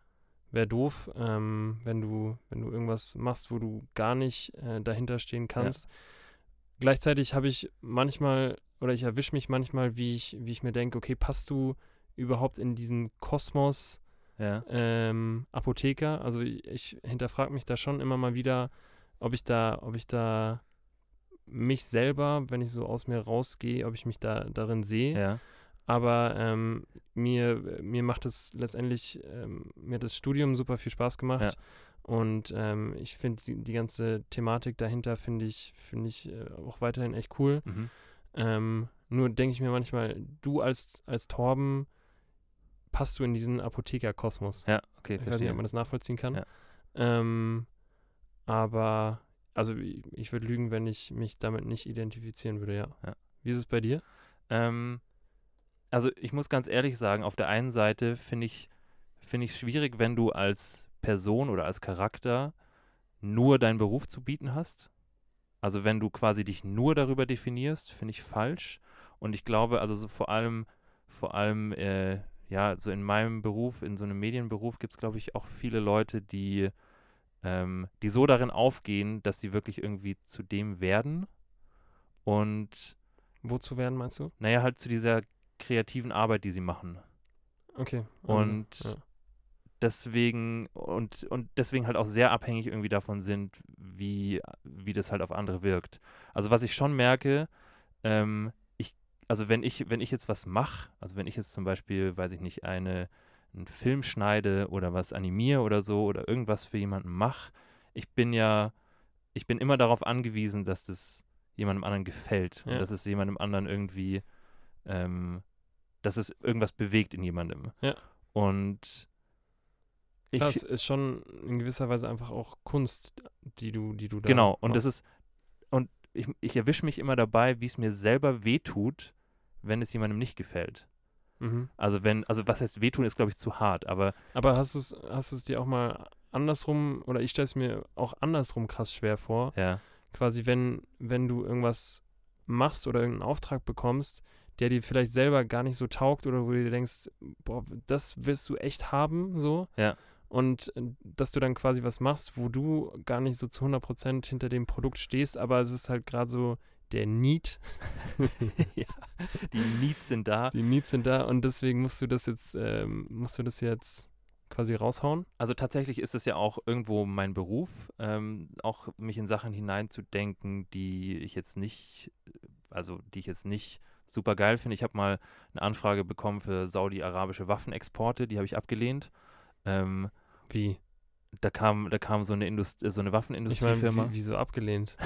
S3: wär doof, ähm, wenn du, wenn du irgendwas machst, wo du gar nicht äh, dahinter stehen kannst. Gleichzeitig habe ich manchmal oder ich erwische mich manchmal, wie ich, wie ich mir denke, okay, passt du überhaupt in diesen Kosmos
S2: Ja.
S3: ähm, Apotheker. Also ich, ich hinterfrage mich da schon immer mal wieder, ob ich da, ob ich da mich selber, wenn ich so aus mir rausgehe, ob ich mich da darin sehe.
S2: Ja.
S3: Aber ähm, mir, mir macht es letztendlich, ähm, mir hat das Studium super viel Spaß gemacht.
S2: Ja.
S3: Und ähm, ich finde die, die ganze Thematik dahinter finde ich, finde ich äh, auch weiterhin echt cool.
S2: Mhm.
S3: Ähm, nur denke ich mir manchmal, du als, als Torben passt du in diesen Apothekerkosmos.
S2: Ja, okay,
S3: Ich weiß nicht,
S2: verstehe.
S3: ob man das nachvollziehen kann.
S2: Ja.
S3: Ähm, aber, also ich, ich würde lügen, wenn ich mich damit nicht identifizieren würde, ja.
S2: Ja.
S3: Wie ist es bei dir?
S2: Ähm, also ich muss ganz ehrlich sagen, auf der einen Seite finde ich finde ich schwierig, wenn du als Person oder als Charakter nur deinen Beruf zu bieten hast. Also wenn du quasi dich nur darüber definierst, finde ich falsch. Und ich glaube, also so vor allem, vor allem, äh, ja, so in meinem Beruf, in so einem Medienberuf gibt es, glaube ich, auch viele Leute, die, ähm, die so darin aufgehen, dass sie wirklich irgendwie zu dem werden. Und
S3: Wozu werden, meinst du?
S2: naja, halt zu dieser kreativen Arbeit, die sie machen.
S3: Okay. also,
S2: Und
S3: ja.
S2: Deswegen und, und deswegen halt auch sehr abhängig irgendwie davon sind, wie, wie das halt auf andere wirkt. Also was ich schon merke, ähm, ich, also wenn ich, wenn ich jetzt was mache, also wenn ich jetzt zum Beispiel, weiß ich nicht, eine, einen Film schneide oder was animiere oder so oder irgendwas für jemanden mache, ich bin ja, ich bin immer darauf angewiesen, dass das jemandem anderen gefällt und
S3: Ja.
S2: dass es jemandem anderen irgendwie, ähm, dass es irgendwas bewegt in jemandem.
S3: Ja.
S2: Und ich,
S3: Klar, es ist schon in gewisser Weise einfach auch Kunst, die du, die du da
S2: Genau, und
S3: machst.
S2: das ist, und ich, ich erwische mich immer dabei, wie es mir selber wehtut, wenn es jemandem nicht gefällt.
S3: Mhm.
S2: Also wenn, also was heißt wehtun, ist glaube ich zu hart, aber
S3: Aber hast du es hast du's dir auch mal andersrum, oder ich stelle es mir auch andersrum krass schwer vor,
S2: ja,
S3: quasi, wenn, wenn du irgendwas machst oder irgendeinen Auftrag bekommst, der dir vielleicht selber gar nicht so taugt oder wo du dir denkst, boah, das willst du echt haben, so.
S2: Ja.
S3: Und äh, dass du dann quasi was machst, wo du gar nicht so zu 100% hinter dem Produkt stehst, aber es ist halt gerade so der Need.
S2: Die Needs sind da.
S3: Die Needs sind da und deswegen musst du das jetzt, ähm, musst du das jetzt quasi raushauen.
S2: Also tatsächlich ist es ja auch irgendwo mein Beruf, ähm, auch mich in Sachen hineinzudenken, die ich jetzt nicht, also die ich jetzt nicht super geil finde. Ich habe mal eine Anfrage bekommen für saudi-arabische Waffenexporte, die habe ich abgelehnt. Ähm,
S3: Wie?
S2: da kam, da kam so eine Indust äh, so eine
S3: Ich meine,
S2: Waffenindustriefirma.
S3: wie- wieso abgelehnt?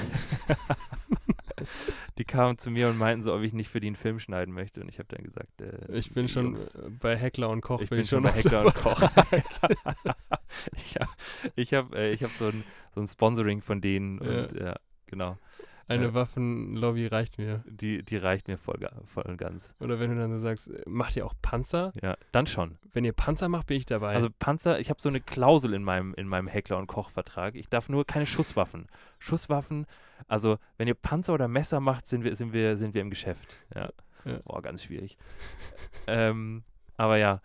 S2: die kamen zu mir und meinten so, ob ich nicht für die einen Film schneiden möchte. Und ich habe dann gesagt, äh,
S3: Ich bin schon
S2: Jungs,
S3: äh, bei Heckler und Koch.
S2: ich bin schon bei
S3: auf
S2: Heckler
S3: der
S2: und Koch. ich habe ich hab, äh, ich hab so, ein, so ein Sponsoring von denen
S3: Ja.
S2: und ja, genau.
S3: Eine
S2: Ja.
S3: Waffenlobby reicht mir.
S2: Die, die reicht mir voll, ga- voll und ganz.
S3: Oder wenn du dann so sagst, äh, macht ihr auch Panzer?
S2: Ja, dann schon.
S3: Wenn ihr Panzer macht, bin ich dabei.
S2: Also Panzer, ich habe so eine Klausel in meinem, in meinem Heckler- und Koch-Vertrag. Ich darf nur keine Schusswaffen. Schusswaffen, also wenn ihr Panzer oder Messer macht, sind wir, sind wir, sind wir im Geschäft. Ja.
S3: Ja.
S2: Boah, ganz schwierig. ähm, aber ja.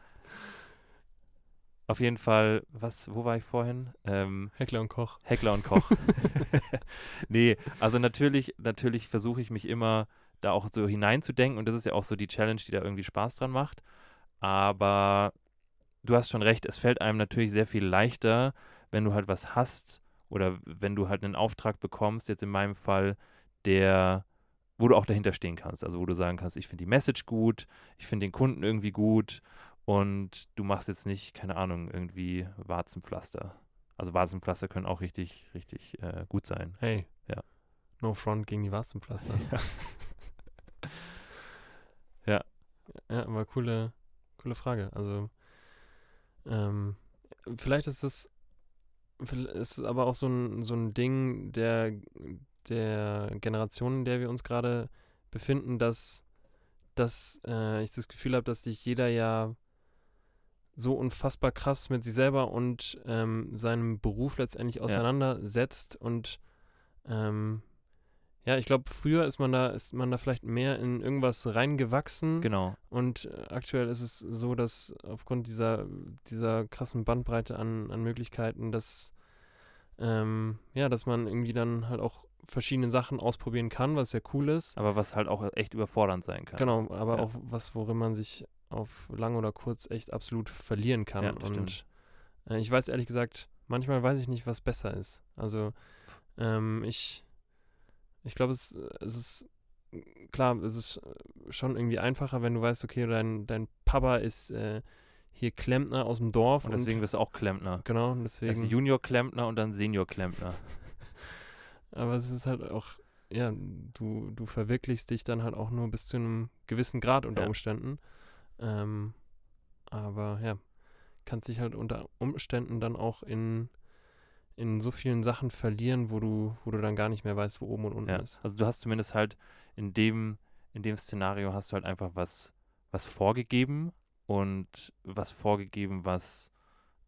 S2: Auf jeden Fall, was, wo war ich vorhin? Ähm,
S3: Heckler und Koch.
S2: Heckler und Koch. nee, also natürlich, natürlich versuche ich mich immer da auch so hineinzudenken und das ist ja auch so die Challenge, die da irgendwie Spaß dran macht. Aber du hast schon recht, es fällt einem natürlich sehr viel leichter, wenn du halt was hast oder wenn du halt einen Auftrag bekommst, jetzt in meinem Fall, der, wo du auch dahinter stehen kannst. Also wo du sagen kannst, ich finde die Message gut, ich finde den Kunden irgendwie gut und du machst jetzt nicht, keine Ahnung, irgendwie Warzenpflaster. Also Warzenpflaster können auch richtig, richtig äh, gut sein.
S3: Hey.
S2: Ja.
S3: No front gegen die Warzenpflaster.
S2: Ja.
S3: Ja, aber coole, coole Frage. Also, ähm, vielleicht ist es, viell- ist es aber auch so ein, so ein Ding der, der Generation, in der wir uns gerade befinden, dass, dass äh, ich das Gefühl habe, dass dich jeder ja so unfassbar krass mit sich selber und ähm, seinem Beruf letztendlich auseinandersetzt und ähm, ja, ich glaube, früher ist man da, ist man da vielleicht mehr in irgendwas reingewachsen
S2: Genau.
S3: und äh, aktuell ist es so, dass aufgrund dieser, dieser krassen Bandbreite an, an Möglichkeiten, dass ähm, ja, dass man irgendwie dann halt auch verschiedene Sachen ausprobieren kann, was ja cool ist.
S2: Aber was halt auch echt überfordernd sein kann.
S3: Genau, aber
S2: Ja.
S3: auch was, worin man sich auf lang oder kurz echt absolut verlieren kann.
S2: Ja, das
S3: und äh, ich weiß ehrlich gesagt, manchmal weiß ich nicht, was besser ist. Also ähm, ich, ich glaube, es, es ist klar, es ist äh, schon irgendwie einfacher, wenn du weißt, okay, dein, dein Papa ist äh, hier Klempner aus dem Dorf
S2: Und deswegen bist du auch Klempner.
S3: genau, und
S2: Erst
S3: deswegen.
S2: Junior-Klempner und dann Senior-Klempner.
S3: Aber es ist halt auch, ja, du, du verwirklichst dich dann halt auch nur bis zu einem gewissen Grad unter
S2: Ja.
S3: Umständen. Ähm, aber ja, kannst dich halt unter Umständen dann auch in, in so vielen Sachen verlieren, wo du, wo du dann gar nicht mehr weißt, wo oben und unten
S2: Ja.
S3: ist.
S2: Also du hast zumindest halt in dem, in dem Szenario hast du halt einfach was, was vorgegeben und was vorgegeben, was,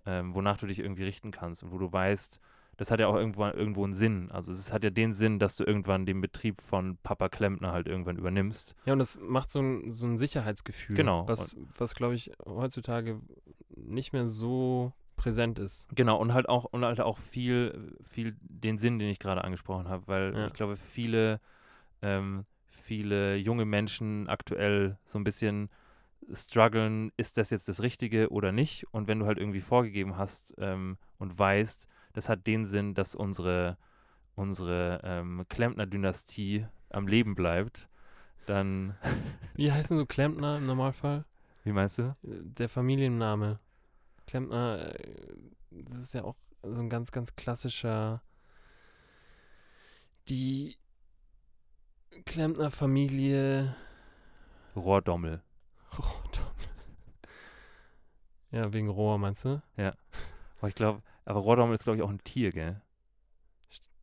S2: ähm, wonach du dich irgendwie richten kannst und wo du weißt, das hat ja auch irgendwann irgendwo einen Sinn. Also es hat ja den Sinn, dass du irgendwann den Betrieb von Papa Klempner halt irgendwann übernimmst.
S3: Ja, und das macht so ein, so ein Sicherheitsgefühl,
S2: Genau.
S3: was, was glaube ich, heutzutage nicht mehr so präsent ist.
S2: Genau, und halt auch, und halt auch viel, viel den Sinn, den ich gerade angesprochen habe, weil
S3: Ja.
S2: ich glaube, viele, ähm, viele junge Menschen aktuell so ein bisschen strugglen, ist das jetzt das Richtige oder nicht? Und wenn du halt irgendwie vorgegeben hast ähm, und weißt, das hat den Sinn, dass unsere, unsere ähm, Klempner-Dynastie am Leben bleibt, dann,
S3: Wie heißen so Klempner im Normalfall?
S2: wie meinst du?
S3: der Familienname. Klempner, äh, das ist ja auch so ein ganz, ganz klassischer. Die Klempner-Familie.
S2: Rohrdommel.
S3: Rohrdommel. Ja, wegen Rohr, meinst du?
S2: Aber ich glaube, aber Rohrdommel ist, glaube ich, auch ein Tier, gell?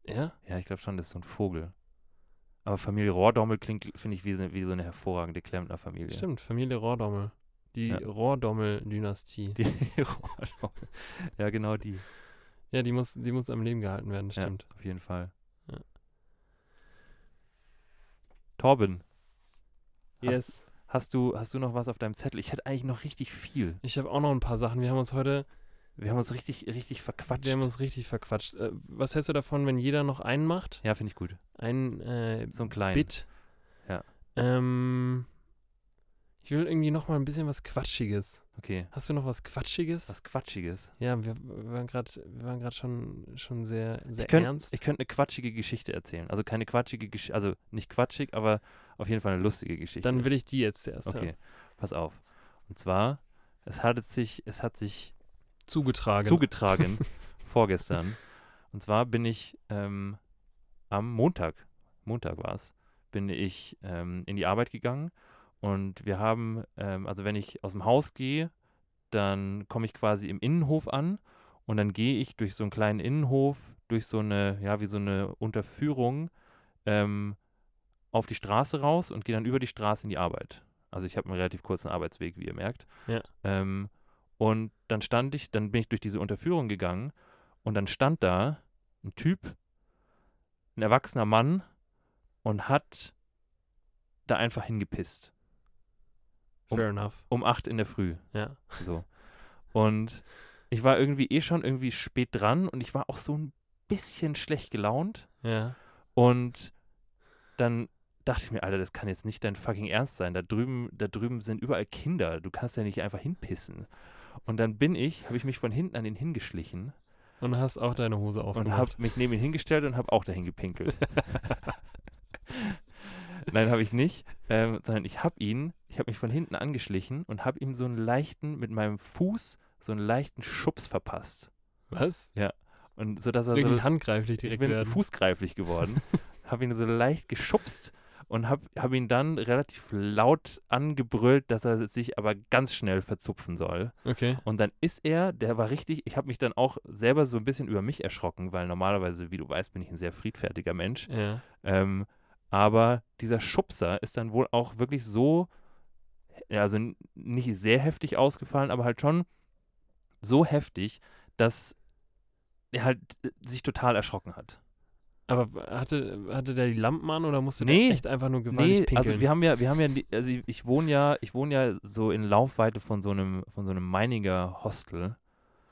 S3: Ja?
S2: Ja, ich glaube schon, das ist so ein Vogel. Aber Familie Rohrdommel klingt, finde ich, wie, so- wie so eine hervorragende Klempnerfamilie.
S3: Stimmt, Familie Rohrdommel. Die
S2: Ja.
S3: Rohrdommel-Dynastie.
S2: Die Rohrdommel. Ja, genau die.
S3: Ja, die muss, die muss am Leben gehalten werden, das
S2: Ja,
S3: stimmt.
S2: auf jeden Fall.
S3: Ja.
S2: Torben, Hast-
S3: Yes.
S2: hast du, hast du noch was auf deinem Zettel? Ich hätte eigentlich noch richtig viel.
S3: Ich habe auch noch ein paar Sachen. Wir haben uns heute
S2: Wir haben uns richtig, richtig verquatscht.
S3: Wir haben uns richtig verquatscht. Äh, was hältst du davon, wenn jeder noch einen macht?
S2: ja, finde ich gut.
S3: Ein äh,
S2: So ein kleinen.
S3: Bit.
S2: Ja.
S3: Ähm, ich will irgendwie noch mal ein bisschen was Quatschiges.
S2: Okay.
S3: Hast du noch was Quatschiges?
S2: Was Quatschiges.
S3: Ja, wir wir waren gerade schon, schon sehr, sehr
S2: ich könnte
S3: ernst.
S2: könnt eine quatschige Geschichte erzählen. Also keine quatschige Geschichte, also nicht quatschig, aber auf jeden Fall eine lustige Geschichte.
S3: Dann will ich die jetzt erst.
S2: okay,
S3: Ja.
S2: pass auf. Und zwar, es hat sich, es hat sich
S3: Zugetragen.
S2: zugetragen vorgestern. Und zwar bin ich ähm, am Montag, Montag war es, bin ich ähm, in die Arbeit gegangen und wir haben, ähm, also wenn ich aus dem Haus gehe, dann komme ich quasi im Innenhof an und dann gehe ich durch so einen kleinen Innenhof, durch so eine, ja, wie so eine Unterführung ähm, auf die Straße raus und gehe dann über die Straße in die Arbeit. Also ich habe einen relativ kurzen Arbeitsweg, wie ihr merkt.
S3: Ja.
S2: Ähm, und dann stand ich, dann bin ich durch diese Unterführung gegangen und dann stand da ein Typ, ein erwachsener Mann und hat da einfach hingepisst.
S3: Fair enough.
S2: Um 8 in der Früh.
S3: Ja.
S2: So. Und ich war irgendwie eh schon irgendwie spät dran und ich war auch so ein bisschen schlecht gelaunt.
S3: Ja.
S2: Und dann dachte ich mir, Alter, das kann jetzt nicht dein fucking Ernst sein. Da drüben, da drüben sind überall Kinder. Du kannst ja nicht einfach hinpissen. Und dann bin ich, habe ich mich von hinten an ihn hingeschlichen
S3: Und hast auch deine Hose
S2: und
S3: aufgemacht.
S2: habe mich neben ihn hingestellt und habe auch dahin gepinkelt. Nein, habe ich nicht, ähm, sondern ich habe ihn, ich habe mich von hinten angeschlichen und habe ihm so einen leichten, mit meinem Fuß so einen leichten Schubs verpasst.
S3: was?
S2: Und so dass er so
S3: Irgendwie handgreiflich direkt
S2: Also ich bin
S3: werden.
S2: fußgreiflich geworden, habe ihn so leicht geschubst und habe hab ihn dann relativ laut angebrüllt, dass er sich aber ganz schnell verzupfen soll.
S3: Okay.
S2: Und dann ist er, der war richtig, ich habe mich dann auch selber so ein bisschen über mich erschrocken, weil normalerweise, wie du weißt, bin ich ein sehr friedfertiger Mensch.
S3: Ja.
S2: Ähm, aber dieser Schubser ist dann wohl auch wirklich so, ja, also n- nicht sehr heftig ausgefallen, aber halt schon so heftig, dass er halt äh, sich total erschrocken hat.
S3: Aber hatte, hatte der die Lampen an oder musste
S2: Nee.
S3: der echt einfach nur gewaltig
S2: Nee,
S3: pinkeln?
S2: also wir haben ja, wir haben ja, die- also ich- ich wohne ja, ich wohne ja so in Laufweite von so einem, von so einem Meininger Hostel.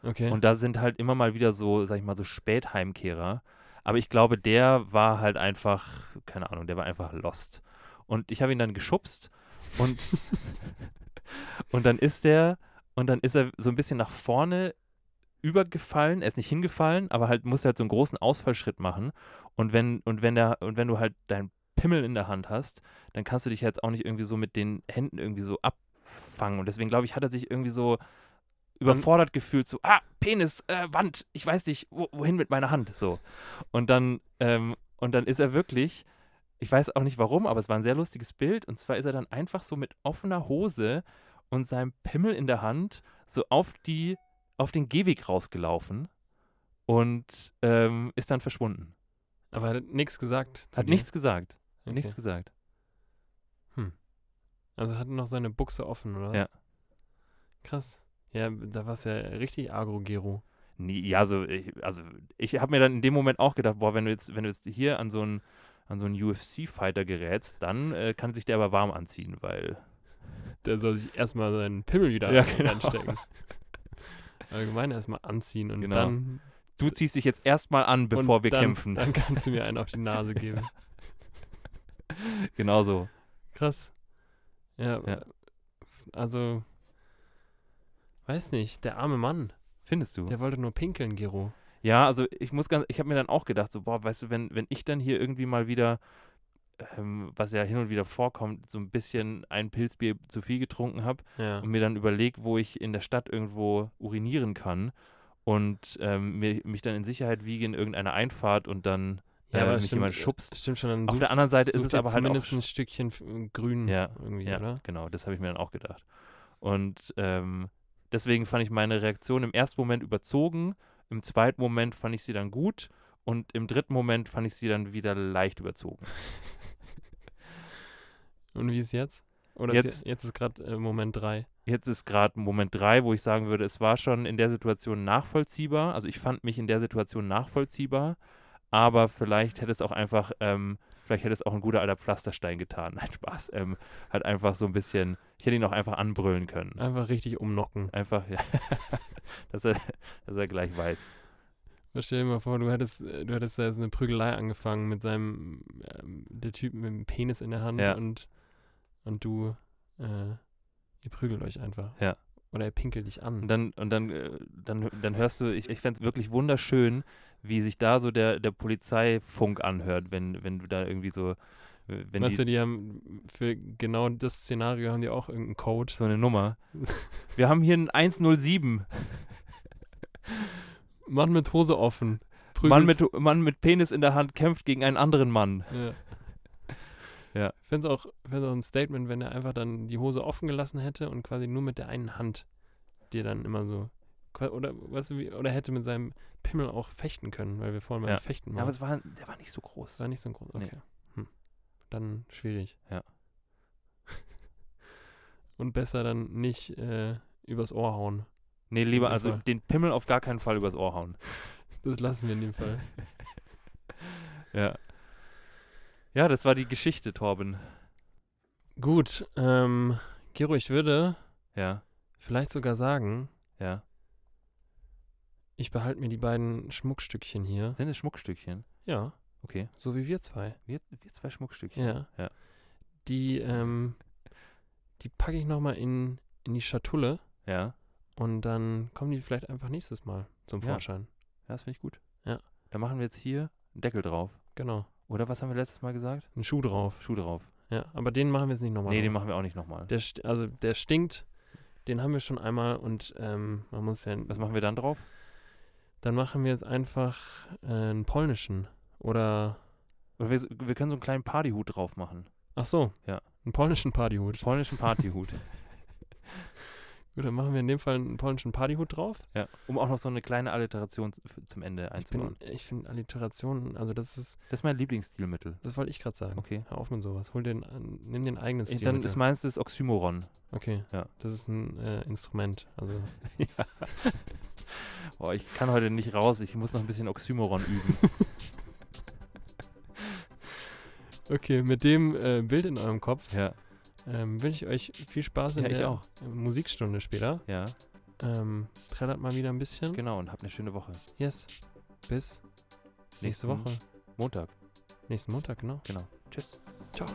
S3: okay.
S2: Und da sind halt immer mal wieder so, sag ich mal, so Spätheimkehrer. Aber ich glaube, der war halt einfach, keine Ahnung, der war einfach lost. Und ich habe ihn dann geschubst und, und dann ist der, und dann ist er so ein bisschen nach vorne übergefallen, er ist nicht hingefallen, aber halt muss halt so einen großen Ausfallschritt machen. Und wenn, und wenn der, und wenn du halt deinen Pimmel in der Hand hast, dann kannst du dich jetzt auch nicht irgendwie so mit den Händen irgendwie so abfangen. Und deswegen glaube ich, hat er sich irgendwie so überfordert gefühlt, so, ah, Penis, äh, Wand, ich weiß nicht, wo, wohin mit meiner Hand, so. Und dann, ähm, und dann ist er wirklich, ich weiß auch nicht warum, aber es war ein sehr lustiges Bild, und zwar ist er dann einfach so mit offener Hose und seinem Pimmel in der Hand so auf die, auf den Gehweg rausgelaufen und ähm, ist dann verschwunden.
S3: Aber er hat nichts gesagt. zu
S2: Hat
S3: dir?
S2: nichts gesagt,
S3: Okay.
S2: hat nichts gesagt.
S3: Also hatte noch seine Buchse offen, oder? was?
S2: Ja.
S3: Krass. Ja, da war es ja richtig agro-gero.
S2: Nee, ja, so, ich, also ich habe mir dann in dem Moment auch gedacht, boah, wenn du jetzt, wenn du jetzt hier an so einen an so einen UFC-Fighter gerätst, dann äh, kann sich der aber warm anziehen, weil
S3: Der soll sich erstmal seinen Pimmel wieder
S2: Ja,
S3: an-
S2: genau.
S3: anstecken. Allgemein erstmal anziehen und
S2: Genau.
S3: dann.
S2: du ziehst dich jetzt erstmal an, bevor
S3: Äh, und
S2: wir
S3: dann,
S2: kämpfen.
S3: Dann kannst du mir einen auf die Nase geben.
S2: Genau so.
S3: Krass. Ja,
S2: Ja.
S3: also. Weiß nicht, der arme Mann,
S2: Findest du?
S3: der wollte nur pinkeln, Gero.
S2: Ja, also ich muss ganz, ich habe mir dann auch gedacht, so, boah, weißt du, wenn, wenn ich dann hier irgendwie mal wieder, ähm, was ja hin und wieder vorkommt, so ein bisschen ein Pilzbier zu viel getrunken habe,
S3: Ja.
S2: und mir dann überlege, wo ich in der Stadt irgendwo urinieren kann und ähm, mir, mich dann in Sicherheit wiege in irgendeiner Einfahrt und dann äh,
S3: aber
S2: mich
S3: stimmt-
S2: jemand schubst.
S3: Stimmt schon, dann
S2: Auf
S3: sucht,
S2: der anderen Seite ist
S3: sucht
S2: es
S3: ihr
S2: aber halt auch
S3: zumindest ein Stückchen f- grün
S2: Ja,
S3: irgendwie,
S2: ja,
S3: oder?
S2: Genau, das habe ich mir dann auch gedacht. Und ähm, deswegen fand ich meine Reaktion im ersten Moment überzogen, im zweiten Moment fand ich sie dann gut und im dritten Moment fand ich sie dann wieder leicht überzogen.
S3: Und wie ist jetzt? Oder Ist,
S2: Jetzt-
S3: je- jetzt ist gerade äh, Moment 3.
S2: Jetzt ist gerade Moment drei, wo ich sagen würde, es war schon in der Situation nachvollziehbar. Also ich fand mich in der Situation nachvollziehbar, aber vielleicht hätte es auch einfach ähm, Vielleicht hätte es auch ein guter alter Pflasterstein getan. Nein, Spaß. Ähm, halt einfach so ein bisschen, ich hätte ihn auch einfach anbrüllen können.
S3: Einfach richtig umnocken.
S2: Einfach, ja. dass, er, dass er gleich weiß.
S3: Stell dir mal vor, du hättest, äh, du hättest da jetzt eine Prügelei angefangen mit seinem, ähm, der Typ mit dem Penis in der Hand
S2: Ja.
S3: und, und du, äh, ihr prügelt euch einfach.
S2: Ja.
S3: Oder er pinkelt dich
S2: Und
S3: an.
S2: dann, und dann, äh, dann, dann hörst du, ich, ich fände es wirklich wunderschön, wie sich da so der, der Polizeifunk anhört, wenn, wenn du da irgendwie so, äh, wenn
S3: Meinst
S2: die,
S3: du, die haben für genau das Szenario haben die auch irgendeinen Code?
S2: so eine Nummer. Wir haben hier einen 107.
S3: Mann mit Hose offen. Prügelt.
S2: Mann mit, Mann mit Penis in der Hand kämpft gegen einen anderen Mann.
S3: Ja.
S2: Ja.
S3: Ich fände es auch, fänd's auch ein Statement, wenn er einfach dann die Hose offen gelassen hätte und quasi nur mit der einen Hand dir dann immer so. qua- Oder, weißt du, wie, oder hätte mit seinem Pimmel auch fechten können, weil wir vorhin beim
S2: Ja.
S3: Fechten
S2: Ja, aber
S3: waren.
S2: es war, der war nicht so groß.
S3: war nicht so ein groß.
S2: Nee.
S3: Okay. Hm. Dann schwierig.
S2: Ja.
S3: und besser dann nicht äh, übers Ohr hauen.
S2: Nee, lieber
S3: jeden
S2: also
S3: Fall.
S2: den Pimmel auf gar keinen Fall übers Ohr hauen.
S3: Das lassen wir in dem Fall.
S2: Ja. Ja, das war die Geschichte, Torben.
S3: Gut, ähm, Gero, ich würde
S2: Ja,
S3: vielleicht sogar sagen,
S2: ja.
S3: ich behalte mir die beiden Schmuckstückchen hier.
S2: Sind es Schmuckstückchen?
S3: Ja,
S2: Okay.
S3: so wie wir zwei.
S2: Wir, wir zwei Schmuckstückchen.
S3: Ja.
S2: Ja.
S3: Die, ähm, die packe ich nochmal in, in die Schatulle
S2: Ja. ja
S3: und dann kommen die vielleicht einfach nächstes Mal zum
S2: Ja.
S3: Vorschein.
S2: das finde ich gut.
S3: Ja.
S2: Dann machen wir jetzt hier einen Deckel drauf.
S3: Genau.
S2: Oder was haben wir letztes Mal gesagt?
S3: Ein Schuh drauf.
S2: Schuh drauf.
S3: Ja, aber den machen wir jetzt nicht nochmal.
S2: Nee,
S3: drauf.
S2: den machen wir auch nicht nochmal.
S3: Der, st- also der stinkt, den haben wir schon einmal und ähm, man muss ja.
S2: Was machen wir dann drauf?
S3: Dann machen wir jetzt einfach äh, einen polnischen. Oder.
S2: Oder wir, wir können so einen kleinen Partyhut drauf machen.
S3: Ach so.
S2: Ja.
S3: Einen polnischen Partyhut.
S2: Polnischen Partyhut.
S3: Gut, dann machen wir in dem Fall einen polnischen Partyhut drauf.
S2: ja. Um auch noch so eine kleine Alliteration z- f- zum Ende
S3: Ich, bin,
S2: einzubauen.
S3: ich finde Alliterationen, also das ist,
S2: Das ist mein Lieblingsstilmittel.
S3: das wollte ich gerade sagen.
S2: Okay.
S3: Hör auf mit sowas. Hol den, an- nimm den eigenen
S2: Äh,
S3: Stil.
S2: Dann ist meins das Oxymoron.
S3: okay.
S2: Ja.
S3: Das ist ein äh, Instrument. Also
S2: Boah, ich kann heute nicht raus. Ich muss noch ein bisschen Oxymoron üben.
S3: okay, mit dem äh, Bild in eurem Kopf
S2: ja,
S3: ähm, wünsche ich euch viel Spaß in
S2: Ja, ich
S3: der
S2: auch.
S3: Musikstunde später.
S2: ja,
S3: Ähm, trällert mal wieder ein bisschen.
S2: genau. Und habt eine schöne Woche.
S3: Yes. Bis nächste
S2: Nächsten
S3: Woche.
S2: Montag.
S3: Nächsten Montag, genau.
S2: Genau. Tschüss.
S3: Ciao.